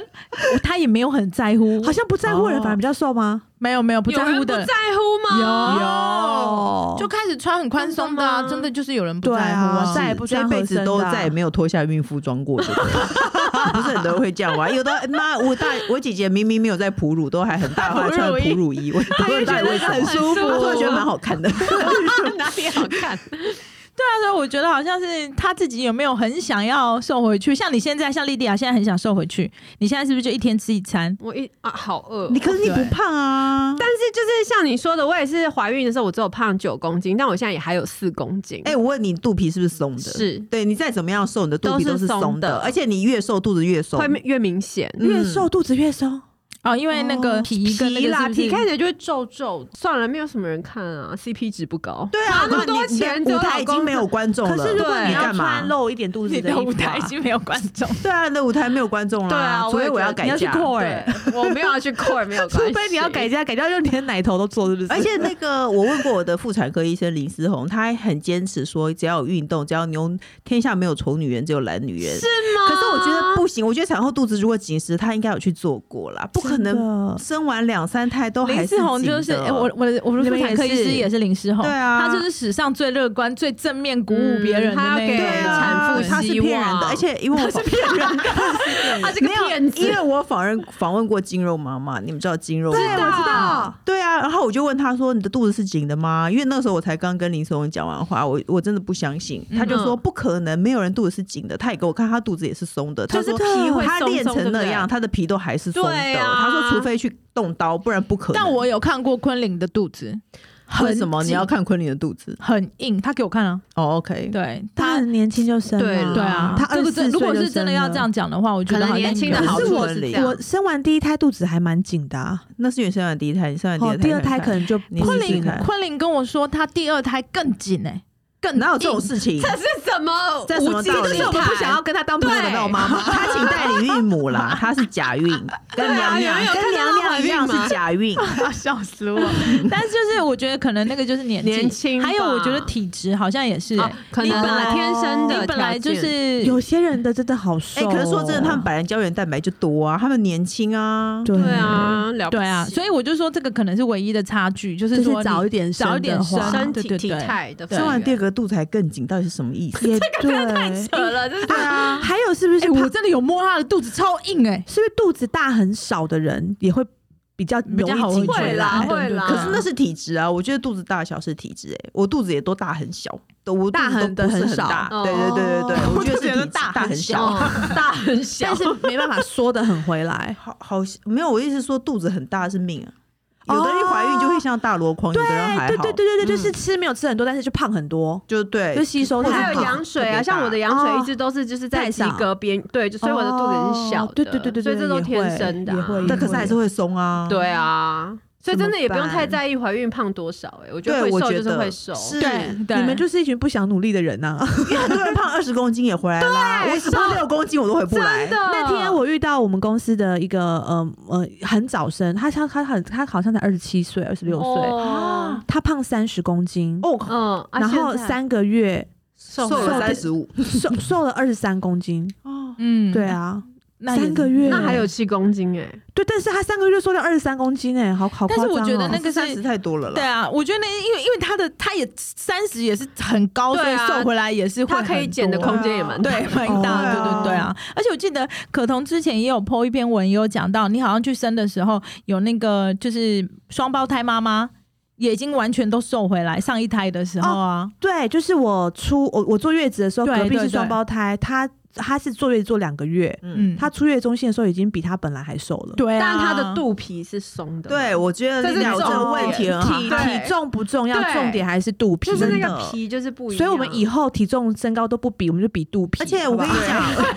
S4: 我他也没有很在乎，
S1: 好像不在
S4: 哦
S1: 乎的人反而比较瘦吗？
S4: 没有没有不
S2: 有
S4: 在
S2: 人
S4: 乎
S2: 不
S4: 的
S2: 在。乎吗？
S1: 有
S4: 就开始穿很宽
S2: 真
S4: 松的、
S2: 的
S4: 啊，
S2: 吗
S4: 真的就是有人不
S1: 对
S4: 在乎
S1: 啊，再也不
S3: 这
S1: 穿
S3: 辈
S1: 合
S3: 子
S1: 身
S3: 都
S1: 的啊
S3: 再也没有脱下孕妇装过，对 不对？不是很多人会这样玩。有的妈，我大我姐姐明明没有在哺乳，都还很大，还穿哺乳衣，我她
S1: 也
S4: 啊
S1: 觉得很舒服
S3: 她说觉得蛮好看的。
S2: 哪里好看？
S4: 但是啊我觉得好像是他自己有没有很想要瘦回去？像你现在，像莉迪亚现在很想瘦回去，你现在是不是就一天吃一餐？
S2: 我一啊，好饿哦。
S3: 你可是你不胖啊？
S2: 但是就是像你说的，我也是怀孕的时候，我只有胖九公斤，但我现在也还有四公斤。
S3: 哎，我问你，肚皮是不是松的？
S2: 是
S3: 对你再怎么样瘦，你的肚皮
S2: 都是
S3: 都是
S2: 松
S3: 松
S2: 的
S3: 的，而且你越瘦肚子越松
S2: 会。越明显。
S3: 嗯
S1: 越瘦肚子越松，
S4: 哦，因为那个
S1: 哦
S4: 皮跟那
S2: 皮
S4: 个
S2: 啦，
S4: 是不是
S2: 皮看起来就会皱皱。算了，没有什么人看啊，CP 值不高。
S3: 对啊，
S2: 那么多
S3: 你你
S2: 钱
S3: 的
S2: 只有
S3: 舞台
S2: 老
S3: 已
S2: 公
S3: 经没有观众了。
S1: 可是如果
S2: 对
S1: 你要
S3: 干嘛
S1: 穿露一点肚子
S4: 你
S1: 的衣
S4: 的
S1: 服啊，
S4: 舞台已经没有观 众，
S3: 对啊，那舞台没有观众 啦。
S2: 对啊
S3: 所以
S2: 我
S3: 我
S2: 也觉得
S3: 要改
S4: 你要去
S3: 嫁。
S4: core
S2: 对，欸我没有 要去 core，没有
S1: 除
S2: 关系。
S1: 非你要改嫁，改嫁就连奶头都做，是不是？
S3: 而且那个，我问过我的妇产科医生林思红，他还很坚持说，只要有运动，只要牛，天下没有丑女人，只有懒女人。
S2: 是吗？
S3: 可是我觉得不行，我觉得产后肚子如果紧实，她应该有去做过啦，不可能
S1: 能
S3: 生完两三胎都还
S4: 林
S3: 是
S4: 思宏就是
S3: 紧的
S4: 诶我我的我的
S3: 你
S4: 妇
S3: 们
S4: 产科
S3: 也
S4: 医
S3: 是
S4: 师也是林思宏，
S3: 对啊
S4: 他就是史上最乐观、最正面鼓舞别人
S2: 嗯
S4: 的
S2: 他
S4: 那
S2: 要给
S4: 个
S3: 对啊
S2: 产妇
S3: 她是
S2: 希望
S3: 骗人的，而且因为我是骗人的，
S2: 他是个骗子
S3: 因。为我访问访问过金肉妈妈，你们知道金肉妈妈
S2: 我知道，
S3: 对啊，然后我就问他说：“你的肚子是紧的吗？”因为那时候我才刚跟林松文讲完话，我我真的不相信。
S4: 嗯
S3: 他就说：“不可能，没有人肚子是紧的。”他也给我看，他肚子也是松的。他
S2: 就是
S3: 说
S2: 皮会
S3: 他
S2: 松
S3: 练
S2: 松对
S3: 成
S2: 不
S3: 那
S2: 对
S3: 样，他的皮都还是松
S2: 对
S3: 的。
S2: 啊
S3: 他说：“除非去动刀，不然不可能。”
S4: 但我有看过昆凌的肚子，很
S3: 为什么你
S4: 紧
S3: 要看昆凌的肚子？
S4: 很硬，他给我看啊，
S3: 哦，OK、o k
S4: 对
S1: 他
S4: 他
S1: 很年轻就生了，
S2: 对啦
S4: 对啊，
S1: 他
S4: 这个
S1: 24岁
S4: 真如果
S1: 就是生
S4: 真的要
S1: 了
S4: 这样啊讲的话，我觉
S2: 可
S4: 得
S2: 能
S4: 好像
S2: 年轻
S4: 有
S2: 的好
S1: 可
S2: 处
S1: 是
S2: 啊
S3: 我
S2: 是这样
S1: 我。生完第一胎肚子还蛮紧的、啊，
S3: 那是你生完第一胎，你生完第
S1: 哦，
S3: 二胎看看，
S1: 第二胎可能就
S3: 你
S4: 昆
S3: 试试
S4: 凌
S3: 看。
S4: 昆凌跟我说，她第二胎更紧哎、更
S3: 哪有这种
S4: 硬
S3: 事情？
S2: 这是什么
S3: 这什么
S2: 无稽
S3: 道理
S2: 之谈？
S3: 这是我们不想要
S1: 跟他当
S2: 朋友的那种妈
S1: 妈。
S3: 她请代理孕母啦，她是假孕，跟娘
S2: 有人有
S3: 娘跟娘
S2: 看到她
S3: 娘一
S2: 怀孕
S3: 样
S2: 吗
S3: 是假孕。哎
S4: 笑死我！ 但是就是我觉得可能那个就是年纪
S2: 年轻吧
S4: 还有我觉得体质好像也是、
S2: 哦可能
S4: 你本来
S2: 天生的
S4: 你本来就
S2: 条件
S4: 是
S1: 有些人的真的好瘦
S3: 哎、
S1: 哦、
S3: 可是说真的，他们本来胶原蛋白就多啊，他们年轻啊。
S1: 对
S2: 对，啊，了不
S4: 对啊，
S2: 起
S4: 所以我就说这个可能是唯一的差距，就是
S1: 就
S4: 说
S1: 是
S4: 你
S1: 早一点生
S4: 早一点
S1: 的话
S4: 生
S2: 身体
S4: 对对对
S2: 体态的
S4: 对
S3: 生完第
S2: 店
S3: 二个肚子还更紧，到底是什么意思？
S1: 也对。
S2: 扯了，这是
S1: 啊，还有是不是
S4: 哎、
S1: 怕、
S4: 我真的有摸她的肚子超硬哎、
S1: 是不是肚子大很少的人也会比较
S4: 比较好
S1: 容易紧
S4: 回
S1: 回
S2: 会啦
S1: 来？
S4: 对
S2: 会
S4: 对
S2: 啦
S4: 对
S3: 可是那是体质啊，我觉得肚子大小是体质哎、我肚子也都大很小，都我肚
S1: 大
S3: 子都
S1: 很
S3: 不是
S1: 很
S3: 很
S1: 少
S3: 大，
S2: 哦
S3: 对对对对对，我觉得
S4: 觉
S3: 是
S4: 得
S3: 体质
S4: 大很
S3: 很
S2: 哦
S3: 小。。
S2: 大很小
S1: 但，是没办法缩的很回来
S3: 好好没有，我意思是说肚子很大是命啊，有的人一怀孕就会像大箩筐，哦有的人还好，
S1: 哦对对对对对，就
S2: 嗯
S1: 是吃没有吃很多，但是就胖很多，
S3: 就对
S1: 就，吸收
S2: 我
S1: 太好。
S2: 是有羊水啊，像我的羊水一直都是就是在
S1: 哦太
S2: 及
S1: 少
S2: 格边，对，就所以我的肚子也是小的，
S1: 哦对对对对对
S2: 所以这都天生的
S1: 也
S2: 啊
S1: 会，也
S3: 但
S1: 会
S3: 可是还是会松啊。
S2: 对啊，所以真的也不用太
S1: 怎么办
S2: 在意怀孕胖多少，哎，我觉得
S3: 对，
S2: 会
S3: 我
S2: 瘦
S3: 觉
S2: 就是
S3: 得
S2: 会瘦，
S3: 是
S4: 对对
S1: 你们就是一群不想努力的人呐、 啊！
S3: 因为很多人胖二十公斤也回来啦，
S2: 对
S3: 我只胖六公斤我都回不
S2: 真
S3: 来。
S2: 的。
S1: 那天我遇到我们公司的一个，嗯呃，很早生，他他他很他好像才二十七岁、二十六岁，
S2: 哦，
S1: 他胖三十公斤，
S3: 哦，
S2: 嗯，啊
S1: 啊然后
S2: 现在
S1: 三个月
S2: 瘦
S3: 瘦
S2: 回
S3: 了
S2: 来
S3: 三十五
S1: 瘦瘦了二十三公斤。
S3: 哦，
S4: 嗯
S1: 对，啊，
S4: 那也
S1: 三个月，
S2: 那还有七公斤哎，
S1: 对，但是他三个月就瘦掉二十三公斤哎、好好夸
S4: 但
S1: 张、
S4: 是
S1: 哦。
S4: 我觉得那个是
S3: 三十太多了啦。
S4: 对啊，我觉得那因为因为他的他也三十也是很高，所
S2: 对
S4: 以
S2: 啊
S4: 瘦回来也是会
S2: 他可以
S4: 很
S2: 减的
S4: 多
S2: 空间也蛮大。
S3: 啊
S4: 对，蛮大的，
S1: 哦
S4: 对对对啊！而且我记得可彤之前也有 PO 一篇文，也有讲到你好像去生的时候有那个就是双胞胎妈妈也已经完全都瘦回来，上一胎的时候啊，
S1: 对，就是我出我我坐月子的时候，
S4: 对
S1: 隔壁
S4: 对
S1: 是
S4: 对
S1: 双胞胎，他他是坐月子坐两个月，
S3: 嗯，
S4: 嗯，
S1: 他出月中心的时候已经比他本来还瘦了。
S4: 对啊，
S2: 但他的肚皮是松的，
S3: 对，，我觉得
S2: 这
S3: 你
S2: 是
S3: 聊这
S2: 重
S3: 个问题
S2: 点
S3: 很好
S1: 体
S2: 对
S1: 体重不重要，
S2: 对
S1: 重点还是肚皮。
S2: 就是那
S3: 真
S2: 个
S3: 的
S2: 皮就是不一样。
S1: 所以我们以后体重身高都不比，我们就比肚皮。
S3: 而且
S1: 好
S3: 我
S1: 不
S3: 跟
S1: 好
S3: 你讲，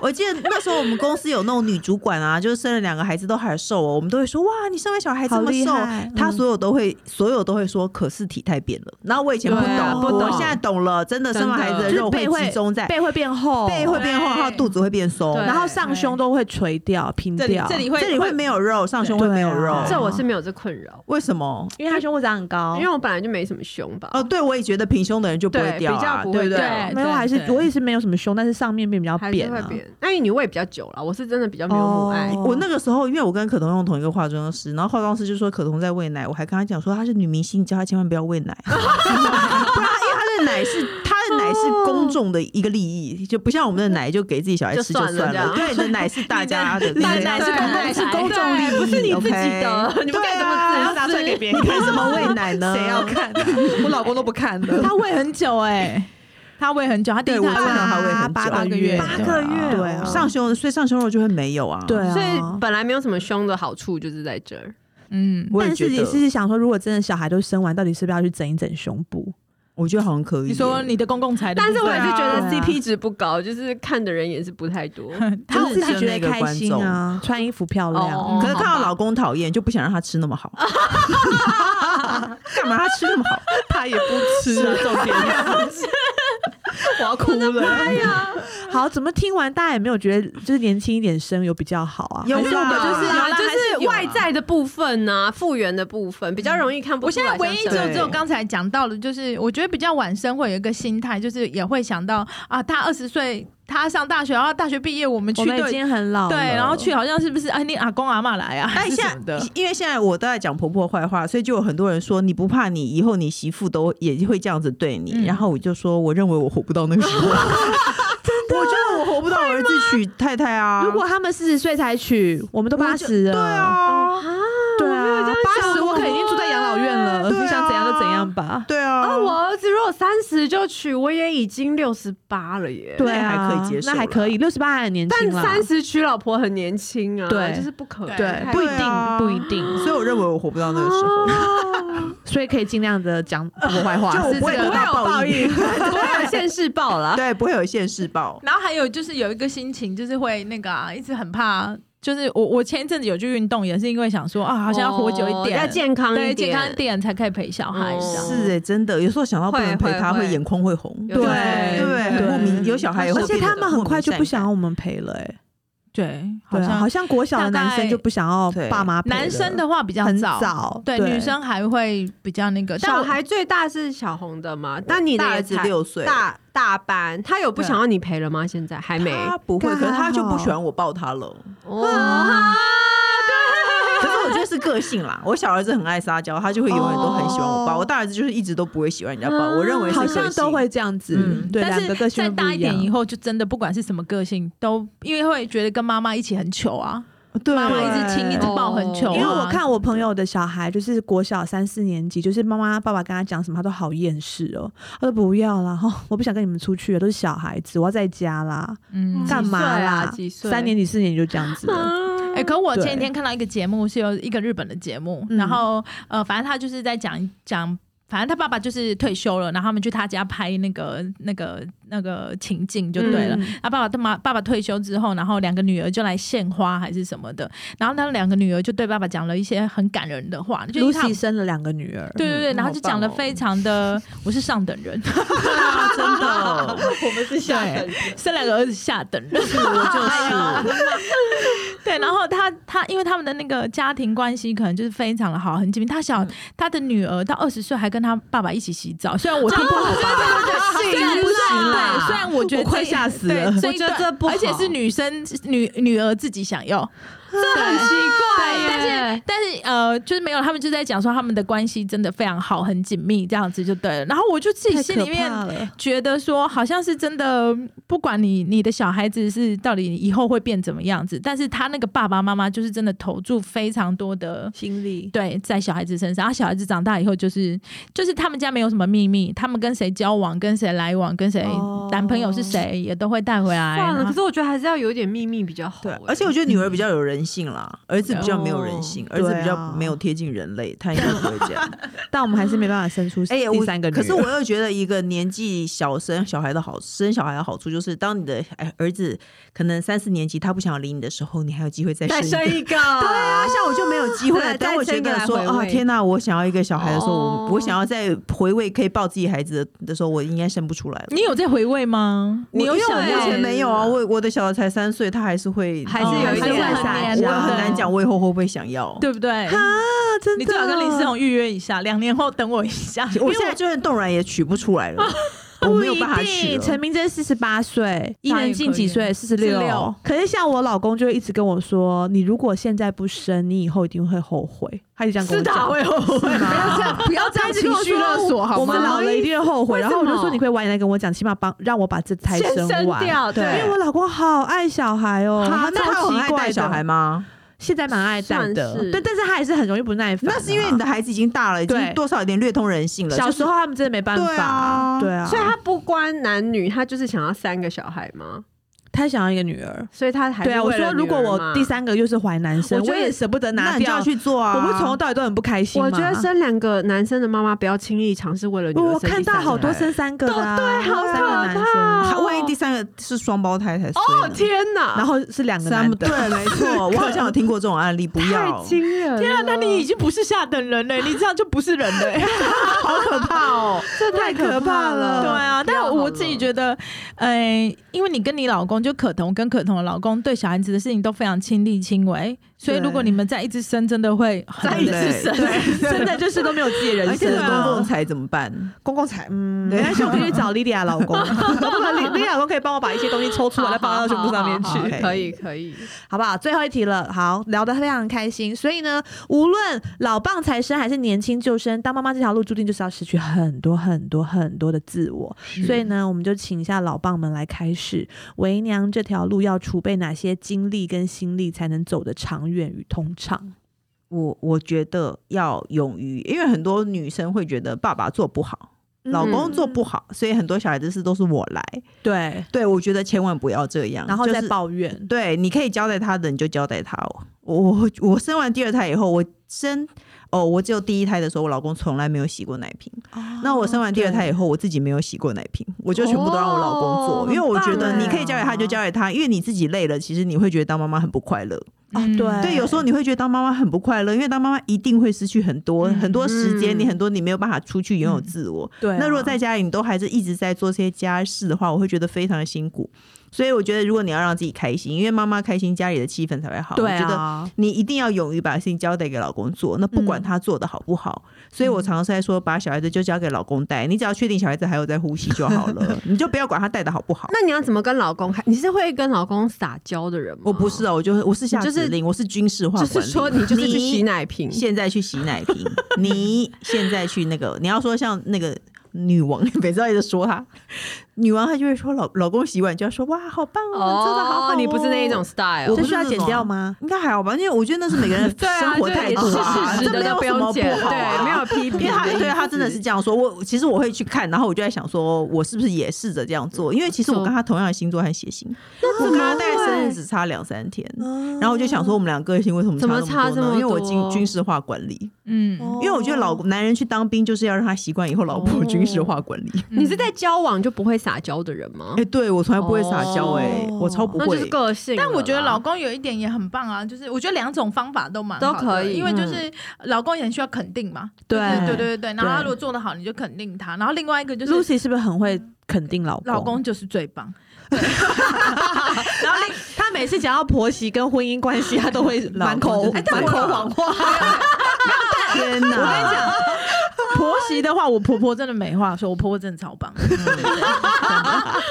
S3: 我记得那时候我们公司有那种女主管啊，就是生了两个孩子都还瘦哦，我们都会说哇，你生完小孩这
S1: 好
S3: 么
S1: 厉
S3: 瘦
S1: 害，
S3: 她
S1: 嗯
S3: 所有都会所有都会说，可是体态变了。然后我以前不
S2: 对啊
S3: 懂，
S1: 不
S3: 我
S1: 懂
S3: 现在懂了，真的
S2: 真
S3: 生完
S2: 的
S3: 孩子的
S1: 就是
S3: 肉
S1: 背会
S3: 集中在
S1: 背会变厚，
S3: 背会变厚，
S4: 对
S3: 她的肚子会变松，
S2: 对
S1: 然后上胸都会垂掉、平
S4: 这里
S1: 掉。啊
S4: 这里会
S3: 这里会没有肉，上胸会
S1: 对
S3: 没有
S1: 啊哦
S3: 肉。
S2: 这我是没有这困扰，
S3: 为什么？
S1: 因为他胸部长很高，
S2: 因为我本来就没什么胸吧。
S3: 哦，对，我也觉得平胸的人就不会
S2: 对
S3: 掉
S2: 比较
S3: 啊，
S2: 不
S3: 对
S2: 会
S3: 不对
S2: 掉？
S1: 没有
S4: 对
S1: 还是
S4: 对
S1: 我也是没有什么胸，但是上面变比较
S2: 还是
S1: 扁
S2: 会
S1: 啊。
S2: 扁，那因为你我也比较久了，我是真的比较没有母爱，
S1: 哦
S3: 我那个时候，因为我跟可彤用同一个化妆师，然后化妆师就说可彤在喂奶，我还跟他讲说她是女明星，你叫她千万不要喂奶， 不然因为她的奶是她的奶是公众的一个利益，就不像我们的奶就给自己小孩吃就算
S2: 就算了
S3: 了，
S2: 这
S3: 对，你的奶是大家的，
S4: 你的
S3: 对
S4: 奶是
S2: 对
S4: 公众
S2: 对
S4: 是公
S3: 众利益
S2: 对不是你自己的
S3: OK
S2: 你不可以这
S3: 对
S2: 么
S3: 啊
S2: 自私。
S1: 别
S3: 你看什么喂奶呢？
S1: 谁要看啊？ 我老公都不看的。
S4: 他喂很久哎，他喂很久，他第一
S3: 对我知道
S4: 胎
S3: 她喂很久，啊
S1: 八
S4: 八个月八
S1: 个月
S3: 对啊，
S1: 哦
S3: 上胸所以上胸肉就会没有啊，
S1: 对啊，
S2: 所以本来没有什么胸的好处就是在这儿，
S4: 嗯，
S3: 我也
S1: 但
S3: 觉
S1: 是也
S3: 得，
S1: 是想说，如果真的小孩都生完，到底是不是要去整一整胸部？
S3: 我觉得好像可以耶。
S4: 你说你的公共财的部
S2: 但
S4: 分，
S2: 是我也是觉得
S1: 对啊
S2: CP 值不高，就是看的人也是不太 多。
S1: 他
S3: 就是
S1: 自己
S3: 只有
S1: 觉
S3: 那
S1: 得
S3: 个
S1: 开
S3: 观
S1: 心啊，穿衣服漂亮
S2: 哦。
S3: 可是看
S2: 好
S3: 到
S2: 吧
S3: 老公讨厌，就不想让他吃那么 好。干嘛他吃那么好？他也不吃啊，重点。
S4: 我要 哭了，
S1: 好，怎么听完大家也没有觉得就是年轻一点生有比较好啊？
S3: 有
S1: 还是我们
S3: 啦
S1: 就是
S2: 对啊，
S4: 有啦还
S2: 就是是
S4: 有啊
S2: 外在的部分呢、复原的部分比较容易看不
S4: 我
S2: 出
S4: 现
S2: 来
S4: 在
S2: 像
S4: 唯一
S2: 什
S4: 只
S2: 么
S4: 有只有刚才讲到的，就是我觉得比较晚生会有一个心态，就是也会想到啊，他二十岁，他上大学，然后大学毕业，我们去
S1: 我们已
S4: 对
S1: 经很老了，
S4: 对，然后去好像是不是啊？你阿公阿妈来啊？
S3: 但
S4: 还是
S3: 哎现
S4: 什么的
S3: 在，因为现在我都在讲婆婆坏话，所以就有很多人说你不怕你以后你媳妇都也会这样子对你。
S4: 嗯
S3: 然后我就说，我认为我活不到那个时候。嗯真 的，啊我觉得我活不到我儿子娶太太啊。
S1: 如果他们四十岁才娶，我们都八十了。
S3: 对，
S2: 哦
S3: 啊，
S1: 对啊，八十
S2: 想
S1: 我可能已经住在养老院了，
S3: 对啊
S1: 你想怎样就怎样吧。
S3: 对啊，
S2: 啊，我儿子如果三十就娶，我也已经六十八了耶。
S1: 对啊，
S3: 那还可以接受啦
S1: 那还可以，六十八还很年
S2: 但
S1: 轻啦。
S2: 三十娶老婆很年轻啊，
S1: 对
S2: 就是不可
S1: 对，
S2: 太
S1: 不一
S3: 对啊
S1: 定，不一定，
S3: 所以我认为我活不到那个时候。
S1: 所以可以尽量的讲婆婆坏话。
S3: 就我
S1: 是
S3: 不会
S1: 这个
S3: 得到报 应，
S2: 不会有现世报啦。
S3: 对，不会有现世报。
S4: 然后还有 就是有一个心情，就是会那个啊，一直很怕，就是我我前一阵子有去运动，也是因为想说啊，好像要活久一点，
S2: 哦要健康一
S4: 对
S2: 点，
S4: 健康一点才可以陪小孩这样。
S2: 哦
S3: 是哎、真的，有时候想到不能陪他，
S2: 会会
S3: 会
S2: 会
S3: 眼眶会红，
S2: 有时候
S3: 对不对？
S1: 对
S3: 莫名有小孩也会
S1: 而且
S3: 变得
S1: 他们很快就不想要
S3: 莫
S1: 我们陪了，哎，
S4: 对，好
S1: 对啊，
S4: 像
S1: 好像国小的男
S4: 大
S1: 生
S4: 概
S1: 就不想要
S3: 对
S1: 爸妈陪了，
S4: 男生的话比较
S1: 很
S4: 早，
S1: 早
S4: 对
S1: 对
S4: 女生还会比较那个，但
S2: 小
S4: 我
S2: 孩最大是小红的嘛？但你
S3: 名
S2: 的
S3: 大
S2: 也
S3: 儿子
S2: 才
S3: 六岁，
S2: 大大班，他有不想要你陪了吗？现在还没
S3: 他不会，
S1: 干
S3: 可是他
S1: 还
S3: 就不
S1: 好
S3: 喜欢我抱他了。
S2: 哦，
S3: 可是我觉得是个性啦，我小儿子很爱撒娇，他就会永远都很喜欢我抱。
S1: 哦
S3: 我大儿子就是一直都不会喜欢人家抱，我认为是
S1: 好
S3: 个性
S1: 像都会这样子
S3: 嗯，
S1: 对，
S4: 但
S1: 两
S4: 是
S1: 个个性
S4: 再
S1: 都不
S4: 大一
S1: 样
S4: 点以后，就真的不管是什么个性，都因为会觉得跟妈妈一起很糗啊，
S3: 对
S4: 妈妈一直亲，一直抱很糗、啊。
S1: 因为我看我朋友的小孩，就是国小三四年级，就是妈妈爸爸跟他讲什么，他都好厌世哦，他说不要啦， 哦，我不想跟你们出去了，都是小孩子，我要在家啦，
S4: 嗯
S1: 干嘛啦？
S2: 几岁啊几岁
S1: 三年级、四年级就这样子了。
S4: 哎、可我前几
S1: 对
S4: 天看到一个节目，是有一个日本的节目，
S1: 嗯
S4: 然后呃，反正他就是在讲讲。反正他爸爸就是退休了，然后他们去他家拍那个、那个、那个情境就对了。
S1: 嗯
S4: 他爸爸他妈爸爸退休之后，然后两个女儿就来献花还是什么的，然后那两个女儿就对爸爸讲了一些很感人的话，就是他
S1: ，Lucy 生了两个女儿，
S4: 对对对，
S3: 嗯
S4: 然后就讲的非常的，我是上等人，
S3: 啊真的，
S2: 我们是下 等级，
S4: 生两个儿子下等人。
S3: 是我就是。
S4: 对，然后他他因为他们的那个家庭关系可能就是非常的好，很紧密。他小、他的女儿到二十岁还跟他爸爸一起洗澡，虽然我听不好
S2: 对
S4: 吧。虽然不是对，虽然我觉得
S1: 我快
S4: 这
S1: 吓死了
S4: 对
S2: 我觉得
S4: 一段
S2: 这不好
S4: 而且是女生女女儿自己想要，
S2: 这很奇怪耶。
S4: 但是但是呃，就是没有，他们就在讲说他们的关系真的非常好，很紧密这样子就对了。然后我就自己
S1: 太
S4: 心
S1: 可
S4: 里面
S1: 怕了。
S4: 觉得说，好像是真的，不管你你的小孩子是到底以后会变怎么样子，但是他那个爸爸妈妈就是真的投注非常多的。
S1: 心力
S4: 对，在小孩子身上，啊，小孩子长大以后就是，就是他们家没有什么秘密，他们跟谁交往、跟谁来往、跟谁
S1: 哦
S4: 男朋友是谁，也都会带回来。
S2: 算了，
S4: 然
S2: 可
S4: 后
S2: 是我觉得还是要有一点秘密比较好欸
S3: 对
S2: 耶。，
S3: 而且我觉得女儿比较有人性啦，儿子比较没有人性，儿子比
S1: 对啊
S3: 较没有贴近人类，他应该不会这样。
S1: 但我们还是没办法生出
S3: 哎、
S1: 第
S3: 我
S1: 三个女儿。
S3: 可是我又觉得一个年纪小生小孩的好，生小孩的好处就是，当你的哎儿子可能三四年级他不想理你的时候，你还有机会再生
S2: 再
S3: 一个
S2: 生一个，
S3: 对啊，像我就没有机会了。
S2: 对
S3: 当我
S2: 再生
S3: 觉
S2: 一个
S3: 得
S2: 来
S3: 说
S2: 回
S3: 啊，
S2: 味
S3: 天哪，我想要一个小孩的时候，
S2: 哦
S3: 我我想要再回味可以抱自己孩子的的时候，我应该生不出来了。
S4: 你有在回味吗？
S3: 我
S4: 你有
S3: 因为我
S4: 想
S3: 目
S4: 要
S3: 前没有啊，我我的小孩才三岁，他还是会，
S2: 嗯还是有一
S4: 点
S3: 嗯
S4: 会
S3: 还
S4: 闪
S3: 是会
S4: 的
S3: 我很难讲我以后会不会想要。，
S4: 对不对？
S1: 啊，真的，
S4: 你最好跟林思宏预约一下，两年后等我一下。
S3: 我现在就算冻卵也取不出来 了，我没有办法
S1: 不一
S3: 取
S1: 定
S3: 了。
S1: 哎陈明真四十八岁，伊
S4: 那也
S1: 能静几岁？四十六
S4: 46。
S1: 可是像我老公就会一直跟我说，你如果现在不生，你以后一定会后悔。他就这样跟我讲。
S4: 后悔，不要这样，不要这样情绪勒索好
S1: 我
S4: 吗？
S1: 们老了一定会后悔，
S2: 为什
S1: 然
S2: 么
S1: 后我就说你可以晚点来跟我讲，起码帮让我把这胎
S2: 先生啊
S1: 完。
S2: 掉，
S1: 因为我老公好爱小孩哦，他
S3: 啊那他
S1: 超
S3: 很
S1: 奇
S3: 爱
S1: 怪
S3: 带
S1: 的
S3: 小孩，吗？
S1: 现在蛮爱带的
S2: 算，是
S1: 对，但是他还是很容易不耐烦啊。
S3: 那是因为你的孩子已经大了，已
S1: 对
S3: 经多少有点略通人性了。
S1: 小
S3: 就是
S1: 时候他们真的没办
S3: 对
S1: 法，
S3: 啊
S1: 对啊，
S2: 所以他不关男女，他就是想要三个小孩嘛，
S1: 他想要一个女儿。
S2: 所以他还是
S1: 对啊，我
S2: 为了
S1: 说如果
S2: 女儿
S1: 我
S2: 嘛
S1: 第，三个又是怀男生，
S2: 我觉
S1: 我
S2: 得
S1: 也舍不得
S3: 那
S1: 拿
S3: 你就要
S1: 掉，
S3: 去做啊！
S1: 我不是从头到尾都很不开心吗
S2: 我觉得生两个男生的妈妈不要轻易尝试为了女
S1: 我
S2: 儿生第
S1: 看
S2: 三个
S1: 到好多生三个的啊，对，
S2: 好
S1: 三个男生，
S2: 可
S3: 他万一第三个是双胞胎才
S2: 哦
S3: 哦
S2: 天哪，
S1: 然后是两个
S3: 三
S1: 男
S3: 不对
S1: 的，，
S3: 没错， 我好像有听过这种案例，不
S2: 太
S3: 要，
S2: 惊人了，
S4: 天啊，那你已经不是下等人了，你这样就不是人了。
S3: 好可怕哦！
S2: 这太
S1: 可怕了
S4: 对啊，但我自己
S2: 得
S4: 觉得，哎，因为你跟你老公就可彤跟可彤的老公对小孩子的事情都非常亲力亲为，所以
S1: 对
S4: 如果你们在一直生，真的会很
S3: 再一次
S4: 累
S3: 生
S4: 对
S1: 真的就是都没有自己的
S3: 而
S1: 人
S3: 且
S1: 生
S3: 是公共
S1: 啊。
S3: 财怎么办？
S1: 公共财，嗯，
S3: 对
S1: 没关系，我可以去找莉莉亚老公，搞不好莉莉亚老公可以帮我把一些东西抽出来，再放到胸部上面去。
S2: 可以可以，
S1: 好不好？最后一题了，好，聊得非常开心。所以呢，无论老棒才生还是年轻就生，当妈妈这条路注定就是要失去很多很多很多的自我。所以呢，我们就请一下老棒们来开始为娘这条路要储备哪些精力跟心力，才能走得长远与通畅？
S3: 我我觉得要勇于，因为很多女生会觉得爸爸做不好，老公做不好，所以很多小孩子事都是我来。
S1: 对，
S3: 对，我觉得千万不要这样，
S1: 然后
S3: 就
S1: 再
S3: 是
S1: 抱怨。
S3: 对，你可以交代他的，你就交代他哦。我我我生完第二胎以后，我生哦，我只有第一胎的时候，我老公从来没有洗过奶瓶。那我生完第二胎以后，我自己没有洗过奶瓶，我就全部都让我老公做，
S2: 哦
S3: 因为我觉
S2: 很
S3: 得
S2: 棒哎
S3: 你可以交给他就交给他，因为你自己累了，其实你会觉得当妈妈很不快乐。
S4: 嗯
S1: 哦对
S3: 对，有
S2: 哎
S3: 时候你会觉得当妈妈很不快乐，因为当妈妈一定会失去很多、
S4: 嗯
S3: 很多时间，
S2: 嗯
S3: 你很多你没有办法出去拥有自我。
S1: 对啊、
S3: 那如果在家里你都还是一直在做这些家事的话，我会觉得非常的辛苦。所以我觉得，如果你要让自己开心，因为妈妈开心，家里的气氛才会好。
S1: 对
S3: 我觉得
S1: 啊，
S3: 你一定要勇于把事情交代给老公做，那不管
S1: 嗯
S3: 他做的好不好。所以我常常是在说，把小孩子就交给老公带，你只要确定小孩子还有在呼吸就好 了，你就不要管他带的好不好。
S2: 那你要怎么跟老公开？你是会跟老公撒娇的人吗？
S3: 我不是，哦，我就是我是下
S2: 你就是
S3: 指令，我是军事化
S2: 就
S3: 管理，
S2: 是说你就是去洗
S3: 你
S2: 奶瓶，
S3: 现在去洗 奶瓶，你现在去那个，你要说像那个女王，每次都一直说她，女王她就会说老老公洗碗就要说哇好棒哦，做的好好、
S2: 你不是那一种，style，
S3: 我
S1: 这
S3: 不
S1: 需
S3: 是
S1: 要
S3: 那
S1: 剪
S3: 种
S1: 掉
S3: 啊
S1: 吗？
S3: 应该还好吧，因为我觉得那是每个人
S2: 对啊，
S3: 生活态度
S2: 这也
S3: 啊，
S2: 是事实
S3: 这
S2: 的
S3: 没
S2: 都
S3: 有
S2: 不
S3: 什么
S2: 用
S3: 不
S2: 剪，
S3: 好、啊
S2: 对，没有。批
S3: 因为
S2: 评
S3: 他
S2: 的意思，
S3: 对他真的是这样说，我其实我会去看，然后我就在想说，我是不是也试着这样做？因为其实我跟他同样的星座和血型，我跟他大概生日只差两三天，然后我就想说，我们俩个性为什么
S2: 怎么
S3: 差
S2: 差
S3: 那么多呢？
S2: 这么
S3: 因为我
S2: 多
S3: 军军事化管理，
S4: 嗯，
S1: 哦，
S3: 因为我觉得老男人去当兵就是要让他习惯以后老婆军事化管理。
S2: 你是
S1: 嗯
S2: 在交往就不会撒娇的人吗
S3: 哎、？对我从来不会撒娇、哎、
S1: 哦
S3: 我超不
S2: 哦那就是
S3: 会。
S2: 个性了啦。
S4: 但我
S1: 嗯
S4: 觉 得老公有一点也很棒啊，就是我觉得两种方法都蛮好的
S2: 都可以
S4: 因为就是老公也很需要肯定嘛，
S1: 嗯对
S4: 就是对对对，然后他如果做得好，你就肯定他，然后另外一个就是
S1: Lucy 是不是很会肯定老公？
S4: 老公就是最棒，
S1: 然后他每次讲到婆媳跟婚姻关系，他都 会满口
S3: 老公真的
S1: 满口谎话。
S3: 天哪！我跟你讲，
S4: 婆媳的话，我婆婆真的没话说，我
S1: 嗯
S4: 婆婆真的超棒。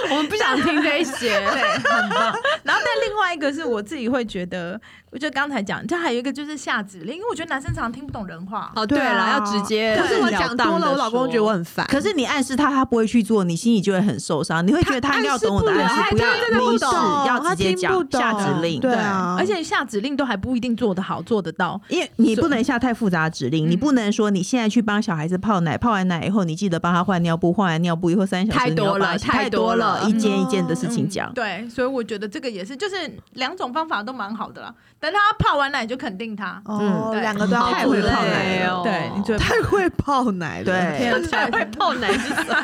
S2: 我们不想听这些，
S4: 对，很棒。 然后但另外一个是我自己会觉得，我觉得刚才讲，这还有一个就是下指令，因为我觉得男生常常听不懂人话。
S2: 哦，对
S1: 对
S2: 了，
S1: 啊
S2: 要直接。
S1: 可是我讲多了，我老公觉得我。很烦。
S3: 可是你暗示他，他不会去做，你心里就会很受伤，你会觉得他应该要懂我的暗
S2: 他
S3: 示，
S2: 暗示不
S3: 不
S2: 了
S3: 要
S2: 他真的不
S3: 明示，
S2: 懂
S3: 要直接
S1: 他听不
S3: 讲
S1: 懂
S3: 下指令。
S1: 对啊
S4: 而且下指令都还不一定做得好，做得到。
S3: 因为你不能下太复杂的指令，
S4: 嗯
S3: 你不能说你现在去帮小孩子泡奶，泡完奶以后你记得帮他换尿布，换完尿布以后三小时
S2: 太
S3: 你要
S2: 多了
S3: 帮他洗
S2: 太
S3: 太多
S2: 多
S3: 了，
S2: 了
S3: 一件一件的事情讲
S4: 嗯。对，所以我觉得这个也是，就是两种方法都蛮好的啦。等他泡完奶就肯定他，
S1: 哦，
S4: 对
S1: 两个都要
S3: 太
S1: 做
S3: 会
S1: 对
S3: 泡奶了
S4: 对，你觉得
S1: 太会泡奶了。
S3: 对，
S2: 才会泡奶 是什么？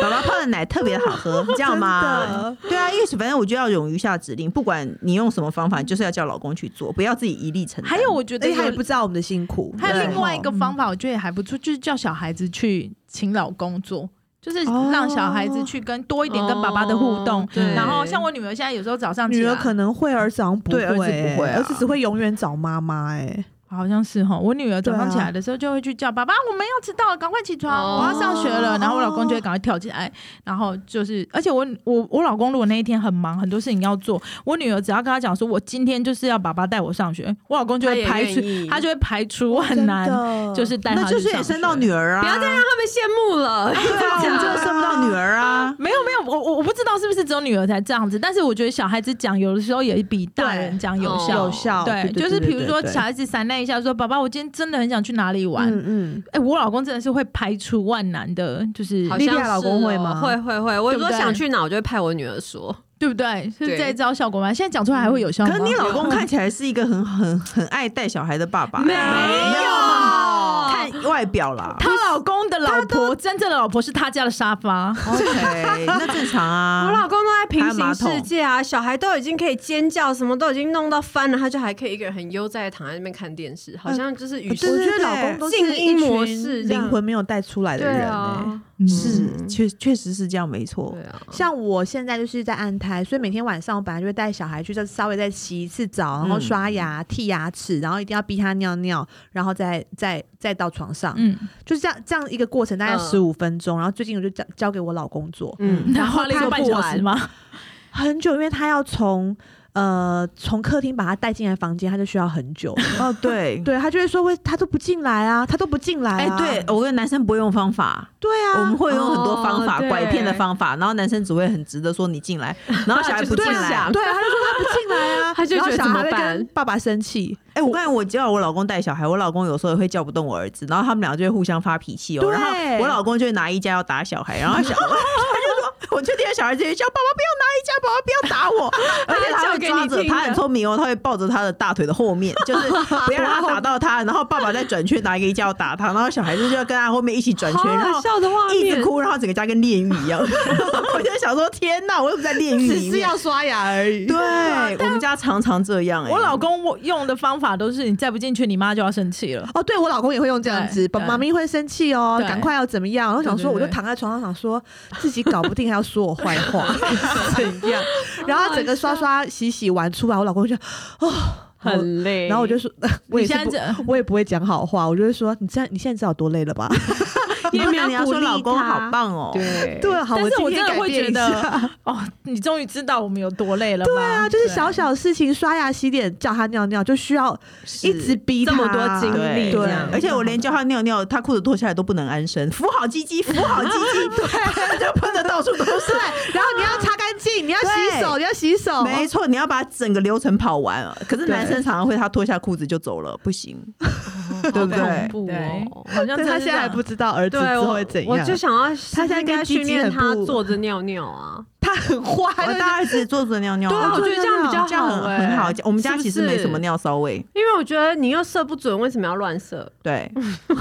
S3: 宝宝泡的奶特别好喝，你知道吗？对啊，因为反正我就要勇于下指令，不管你用什么方法，你就是要叫老公去做，不要自己一力承担。
S4: 哎还有，我觉
S1: 而
S4: 得
S1: 且他也
S4: 有
S1: 不知道我们的辛苦。
S4: 还有
S3: 对
S4: 另外一个方法，我觉得也还不错，就是叫小孩子去请老公做，就是让小孩子去跟多一点跟爸爸的互动。
S2: 哦对
S4: 然后像我女儿现在有时候早上起
S1: 女
S4: 来
S1: 儿可能会，儿子好像不会、
S3: 对儿子不会啊
S1: 儿子只会永远找妈妈、哎，
S4: 好像是哈，我女儿早上
S1: 对啊
S4: 起来的时候就会去叫爸爸，我们要迟到了，赶快起床，
S2: 哦
S4: 我要上学了。然后我老公就会赶快跳起来，然后就是，而且我我我老公如果那一天很忙，很多事情要做，我女儿只要跟他讲说，我今天就是要爸爸带我上学，我老公就会排除，他就会排除很难，就是带他
S3: 那就是
S4: 去
S3: 也
S4: 上
S3: 生到
S4: 学
S3: 女儿啊，
S2: 不要再让他们羡慕了。
S3: 对啊，我们就是生不到女儿啊。
S4: 没有没有，我我我不知道是不是只有女儿才这样子，但是我觉得小孩子讲有的时候也比大人讲有效。
S2: 哦
S1: 有效，
S4: 对，
S1: 对
S4: 就是
S1: 对
S4: 比如说
S1: 对对
S4: 小孩子闪那一下说：“爸爸，我今天真的很想去哪里玩。
S1: 嗯嗯，
S4: 哎、我老公真的是会排除万难的，就是
S2: 好
S1: 莉莉
S2: 像
S1: 娅
S2: 是
S1: 老公会
S2: 哦
S1: 吗
S2: 会会会，我有
S4: 对
S2: 时
S4: 不
S2: 候
S4: 对
S2: 想去哪，我就会派我女儿说。
S4: 对不对？是
S2: 对
S4: 这一招效果吗？现在讲出来还会有效
S3: 可
S4: 吗？
S3: 是你老公看起来是一个很很很爱带小孩的爸爸，
S2: 没有
S3: 吗看外表啦。
S4: 她老公的老婆，真正的老婆是 他家的沙发。
S3: OK，那正 常
S2: 我
S3: 啊。
S2: 老公都在平
S3: 还有马
S2: 行
S3: 桶
S2: 世界啊，小孩都已经可以尖叫，什么都已经弄到翻了，他就还可以一个人很悠哉的躺在那边看电视，好像就是与
S1: 我
S2: 世
S1: 觉得
S3: 对
S1: 老公都是
S2: 静音
S1: 一群
S2: 模式这样
S1: 灵魂没有带出来的
S2: 对
S1: 人、欸哎、
S2: 啊，
S4: 嗯
S3: 是，确确实是这样，没错
S2: 对。啊，
S1: 像我现在就是在安胎，所以每天晚上我本来就会带小孩去，就稍微再洗一次澡，然后
S3: 嗯
S1: 刷牙、剔牙齿，然后一定要逼他尿尿，然后再再再到床上，
S4: 嗯，
S1: 就是这样这样一个过程，大概
S2: 嗯
S1: 十五分钟。然后最近我就交交给我老公做，
S2: 嗯，
S4: 他花了一个半小
S1: 然后他
S4: 时
S1: 不
S4: 吗？
S1: 很久，因为他要从呃从客厅把他带进来房间，他就需要很久。
S3: 哦，对，
S1: 对他就会说会他都不进来啊，他都不进来、啊。
S3: 哎，对我跟男生不会用方法，
S1: 对
S3: 我们
S1: 啊，
S3: 会用很多方法，
S2: 哦对
S3: 拐骗的方法，然后男生只会很直的说你进来，然后小孩不进
S2: 就是这
S3: 来
S2: 样。
S1: 对，他就说他不进来啊，
S2: 他就
S1: 然后
S2: 觉得
S1: 小
S2: 怎
S1: 孩
S2: 么
S1: 会
S2: 办
S1: 跟爸爸生气。
S3: 哎、我刚才我叫我老公带小孩，我老公有时候也会叫不动我儿子，然后他们俩就会互相发脾气哦。
S1: 对
S3: 然后我老公就会拿衣架要打小孩，然后小 他就说，我就听到小孩直接叫爸爸不要拿衣架，爸爸 不要打我，而且他会抓着他很聪明哦，他会抱着他的大腿的后面，就是不要让他打到他，然后爸爸再转圈拿一个衣架要打他，然后小孩子就要跟他后面一起转圈，
S2: 好
S3: 然
S2: 好
S3: 后。
S2: 笑的画
S3: 一直
S2: 面，
S3: 哭，然后整个家跟炼狱一样。我就想说，天哪，我又不在炼狱里面。
S1: 刷牙而已。
S3: 对，我们家常常这样哎、
S4: 我老公我用的方法都是你再不进去，你妈就要生气了。
S1: 哦，对我老公也会用这样子，
S4: 对
S1: 爸
S4: 对
S1: 妈咪会生气哦，
S4: 对
S1: 赶快要怎么样？然后想说，
S4: 对对
S1: 我
S4: 对
S1: 就躺在床上想说，自己搞不定还要说我坏 话，怎样？ 然后他整个刷刷洗洗完出来，我老公就哦。
S2: 很累。
S1: 然后我就说， 我也
S4: 你
S1: 是
S4: 现在
S1: 不
S4: 这
S1: 我也不会讲好话，我就会说，你这样你现在知道我多累了 吧？
S3: 你
S1: 也没有
S3: 你要
S1: 鼓
S3: 说
S1: 励
S3: 老公
S1: 他
S3: 好棒哦。
S2: 对
S1: 对，好，
S4: 但是
S1: 今
S4: 我
S1: 天
S4: 真的
S1: 改
S4: 会
S1: 变
S4: 觉
S1: 一下
S4: 得，哦，你终于知道我们有多累了吧。
S1: 对啊，就是
S4: 对
S1: 小小事情，刷牙、洗脸、叫他尿尿，就需要一直逼他
S2: 这么多精
S3: 对
S2: 力
S1: 对
S2: 这样，
S3: 而且我连叫他尿尿，他裤子脱下来都不能安身，扶好鸡鸡，扶好鸡鸡，对， 就喷的到处 都是。
S1: 对，然后你要擦干净，你要洗手，
S3: 对
S1: 你要洗手，
S3: 没错，你要把整个流程跑完啊。可是
S1: 对
S3: 男生常常会，他脱下裤子就走了，不行。对不对
S2: 好恐怖哦。
S4: 好像
S1: 但他现在还不知道儿子
S2: 对，
S1: 之后
S2: 我
S1: 会怎样。
S2: 我就想要，
S1: 他现在
S2: 应该
S1: 跟鸡鸡
S2: 训练
S1: 很
S2: 他
S1: 不
S2: 坐着尿尿啊。
S1: 他很坏，
S3: 我大儿子坐着尿尿，
S2: 对啊，我
S1: 坐
S2: 觉
S1: 着
S2: 得这样比较
S3: 这样很
S2: 欸
S3: 很好。我们家
S2: 是不
S3: 其实没
S2: 是
S3: 什么尿骚味，
S2: 因为我觉得你又射不准，为什么要乱射？
S3: 对，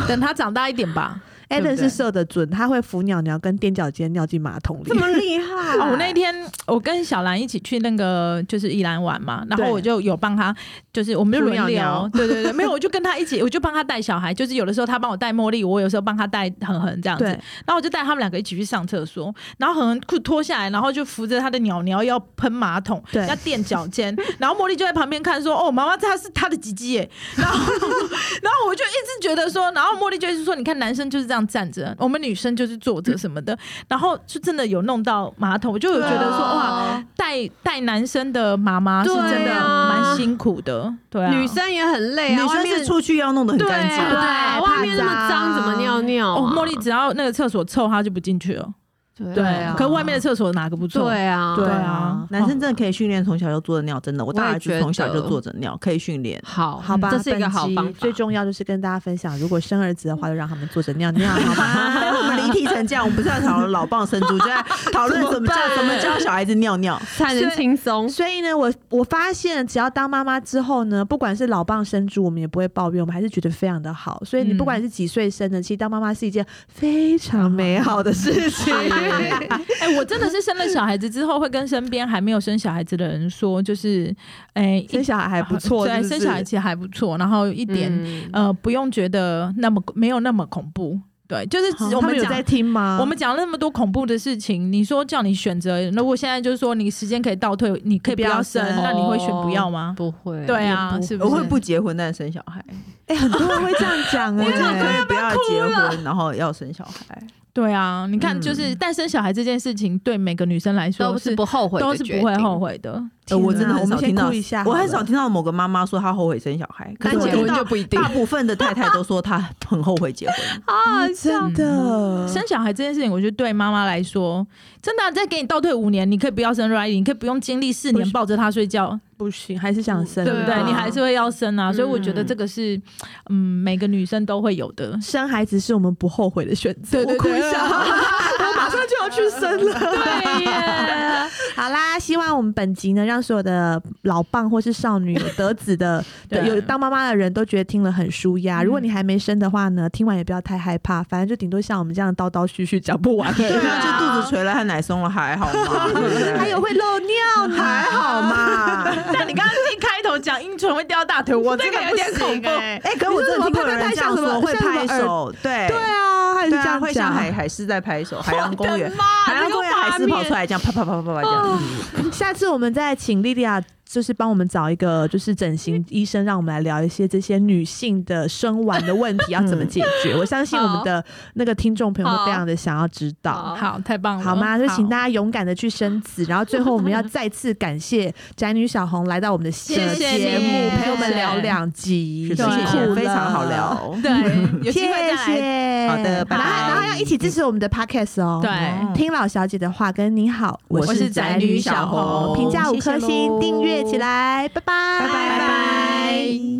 S4: 等他长大一点吧。
S1: a
S4: 对不
S1: d
S4: 对
S1: 是射得准，他会扶鸟鸟跟踮脚尖尿进马桶里
S2: 这。么厉害！
S4: 哦，我那 天我跟小兰一起去那个就是宜兰玩嘛，然后
S1: 对
S4: 我就有帮她，就是我们就轮
S1: 扶尿
S4: 流
S1: 尿，
S4: 对对对，没有，我就跟她一起，我就帮她带小孩，就是有的时候她帮我带茉莉，我有时候帮她带恒恒这样子，
S1: 对
S4: 然后我就带他们两个一起去上厕所，然后恒恒裤脱下来，然后就扶着她的鸟鸟要喷马桶，
S1: 对
S4: 要垫脚尖，然后茉莉就在旁边看说，哦，妈妈这是她的鸡鸡耶，然后然后我就一直觉得说，然后茉莉就一直说，你看男生就是这样，样站着，我们女生就是坐着什么的，然后就真的有弄到马桶，我就有觉得说哇，带带男生的妈妈是真
S2: 啊对
S4: 的
S2: 啊
S4: 蛮辛苦的，对啊，
S2: 女生也很累啊，
S3: 女
S2: 外
S3: 生
S2: 面
S3: 是出去要弄得很
S2: 对
S3: 干净。
S2: 啊，
S1: 对
S2: 外面那么
S1: 怕
S2: 脏，
S1: 脏
S2: 怎么尿尿啊？
S4: 哦，茉莉只要那个厕所臭，她就不进去了。
S2: 对
S4: 对
S2: 啊，
S4: 可外面的厕所哪个不臭？
S2: 对啊，
S4: 对
S1: 啊
S4: 啊，
S3: 男生真的可以训练从小就坐着尿，真的，我大儿
S2: 我也
S3: 子
S2: 觉得
S3: 从小就坐着尿，可以 训练。
S2: 好，
S1: 好吧，
S2: 这是一个
S1: 本
S2: 好
S1: 集
S2: 方法。
S1: 最重要就是跟大家分享，如果生儿子的话，就让他们坐着尿尿，好 吗？
S3: 啊，我们离题成这样，我们不是在讨论老蚌生珠，就在讨论怎么教怎么教小孩子尿尿。
S2: 才能 轻松，
S1: 所以呢，我我发现，只要当妈妈之后呢，不管是老蚌生珠，我们也不会抱怨，我们还是觉得非常的好。所以你
S4: 嗯
S1: 不管是几岁生的，其实当妈妈是一件非常美好的事 情。
S4: 哎、我真的是生了小孩子之后，会跟身边还没有生小孩子的人说，就是，哎、一
S1: 生小孩还不错，
S4: 对，
S1: 是不是
S4: 生小孩其实还不错，然后一点、
S2: 嗯
S4: 呃，不用觉得那么没有那么恐怖，对，就是只
S1: 好
S4: 我
S1: 哦他
S4: 们
S1: 们有
S4: 讲
S1: 在听吗？
S4: 我们讲了那么多恐怖的事情，你说叫你选择，如果现在就是说你时间可以倒退，你可以不要生，
S1: 不要生
S4: 那你会选不要吗？
S2: 不会，
S4: 对啊，
S1: 也不
S4: 是不
S3: 我
S4: 是？
S3: 会不结婚，但是生小孩。
S1: 哎、很多人会这样讲哎、
S3: 我真的
S1: 欸，
S3: 不要结婚，然后要生小孩。
S4: 对啊，你看，就是诞生小孩这件事情，对每个女生来说
S2: 都是
S4: 是
S2: 不后悔，
S4: 都是不会后。悔的。
S3: 呃，我真
S1: 天哪
S3: 的很
S1: 我
S3: 少
S1: 们先
S3: 听到
S1: 哭一下，好
S3: 我
S1: 了
S3: 很少听到某个妈妈说她后悔生小孩，可
S2: 但
S3: 是我
S2: 结
S3: 听
S2: 婚
S3: 到
S2: 就不一定
S3: 大部分的太太都说她很后悔结婚。
S2: 啊！
S1: 真的。
S4: 生小孩这件事情，我觉得对妈妈来说，真的啊、再给你倒退五年，你可以不要生 Riley，你可以不用经历四
S1: 不
S4: 年
S1: 是
S4: 抱着他睡觉，
S1: 不行，还是想生，
S4: 对
S2: 啊
S4: 不对？你还是会要生啊，所以我觉得
S2: 嗯
S4: 这个是，嗯，每个女生都会有的。
S1: 生孩子是我们不后悔的选择。
S4: 对对对
S1: 我哭一下，我 马上就要去生了。
S4: 对耶，
S1: 好啦，希望我们本集呢，让所有的老棒或是少女有得子的
S4: 对
S1: 有当妈妈的人都觉得听了很舒压。
S4: 嗯
S1: 如果你还没生的话呢，听完也不要太害怕，反正就顶多像我们这样叨叨絮絮讲不完。
S3: 对
S4: 啊
S3: 啊，就肚子垂了和奶松了还好吗？对不 对
S1: 还有会漏尿呢，
S3: 还好 嘛？
S4: 但你刚刚一开头讲阴唇会掉大 腿，我这个有点恐怖。
S3: 哎、可我真的听过有人这样说，会拍
S1: 你说什
S3: 手，对
S1: 对啊，还是
S3: 对
S1: 这
S3: 啊，
S1: 样
S3: 会像
S1: 讲。
S3: 海海狮在拍手，海洋公园
S4: 我的妈，
S3: 海洋
S4: 这个
S3: 公园
S4: 画
S3: 海狮跑
S4: 面
S3: 出来这样啪啪啪啪啪这样，嗯
S1: 下次我们再请莉莉亚，就是帮我们找一个就是整形医生，让我们来聊一些这些女性的生完的问题要怎么解决。我相信我们的那个听众朋友会非常的想要知道。
S4: 好，太棒了，
S1: 好吗？就请大
S4: 家
S1: 家勇敢的去生子，然后最后我们要再次感谢宅女小红来到我们的
S4: 谢谢你
S1: 节目，陪我们
S4: 谢谢
S1: 聊两集，
S3: 是
S1: 辛
S3: 的
S4: 对啊
S1: 苦了
S3: 非常好。聊。
S4: 对，
S1: 谢
S4: 有机
S1: 谢
S4: 会再来。，
S3: 好的拜
S1: 然后然后要一起支持我们的 podcast 哦。
S4: 对，
S1: 听老小姐的话，跟你好，
S3: 我
S4: 是宅女小红
S1: 哦评价五颗
S3: 谢谢
S1: 星，
S3: 喽
S1: 订阅起来，拜拜，
S3: 拜拜拜拜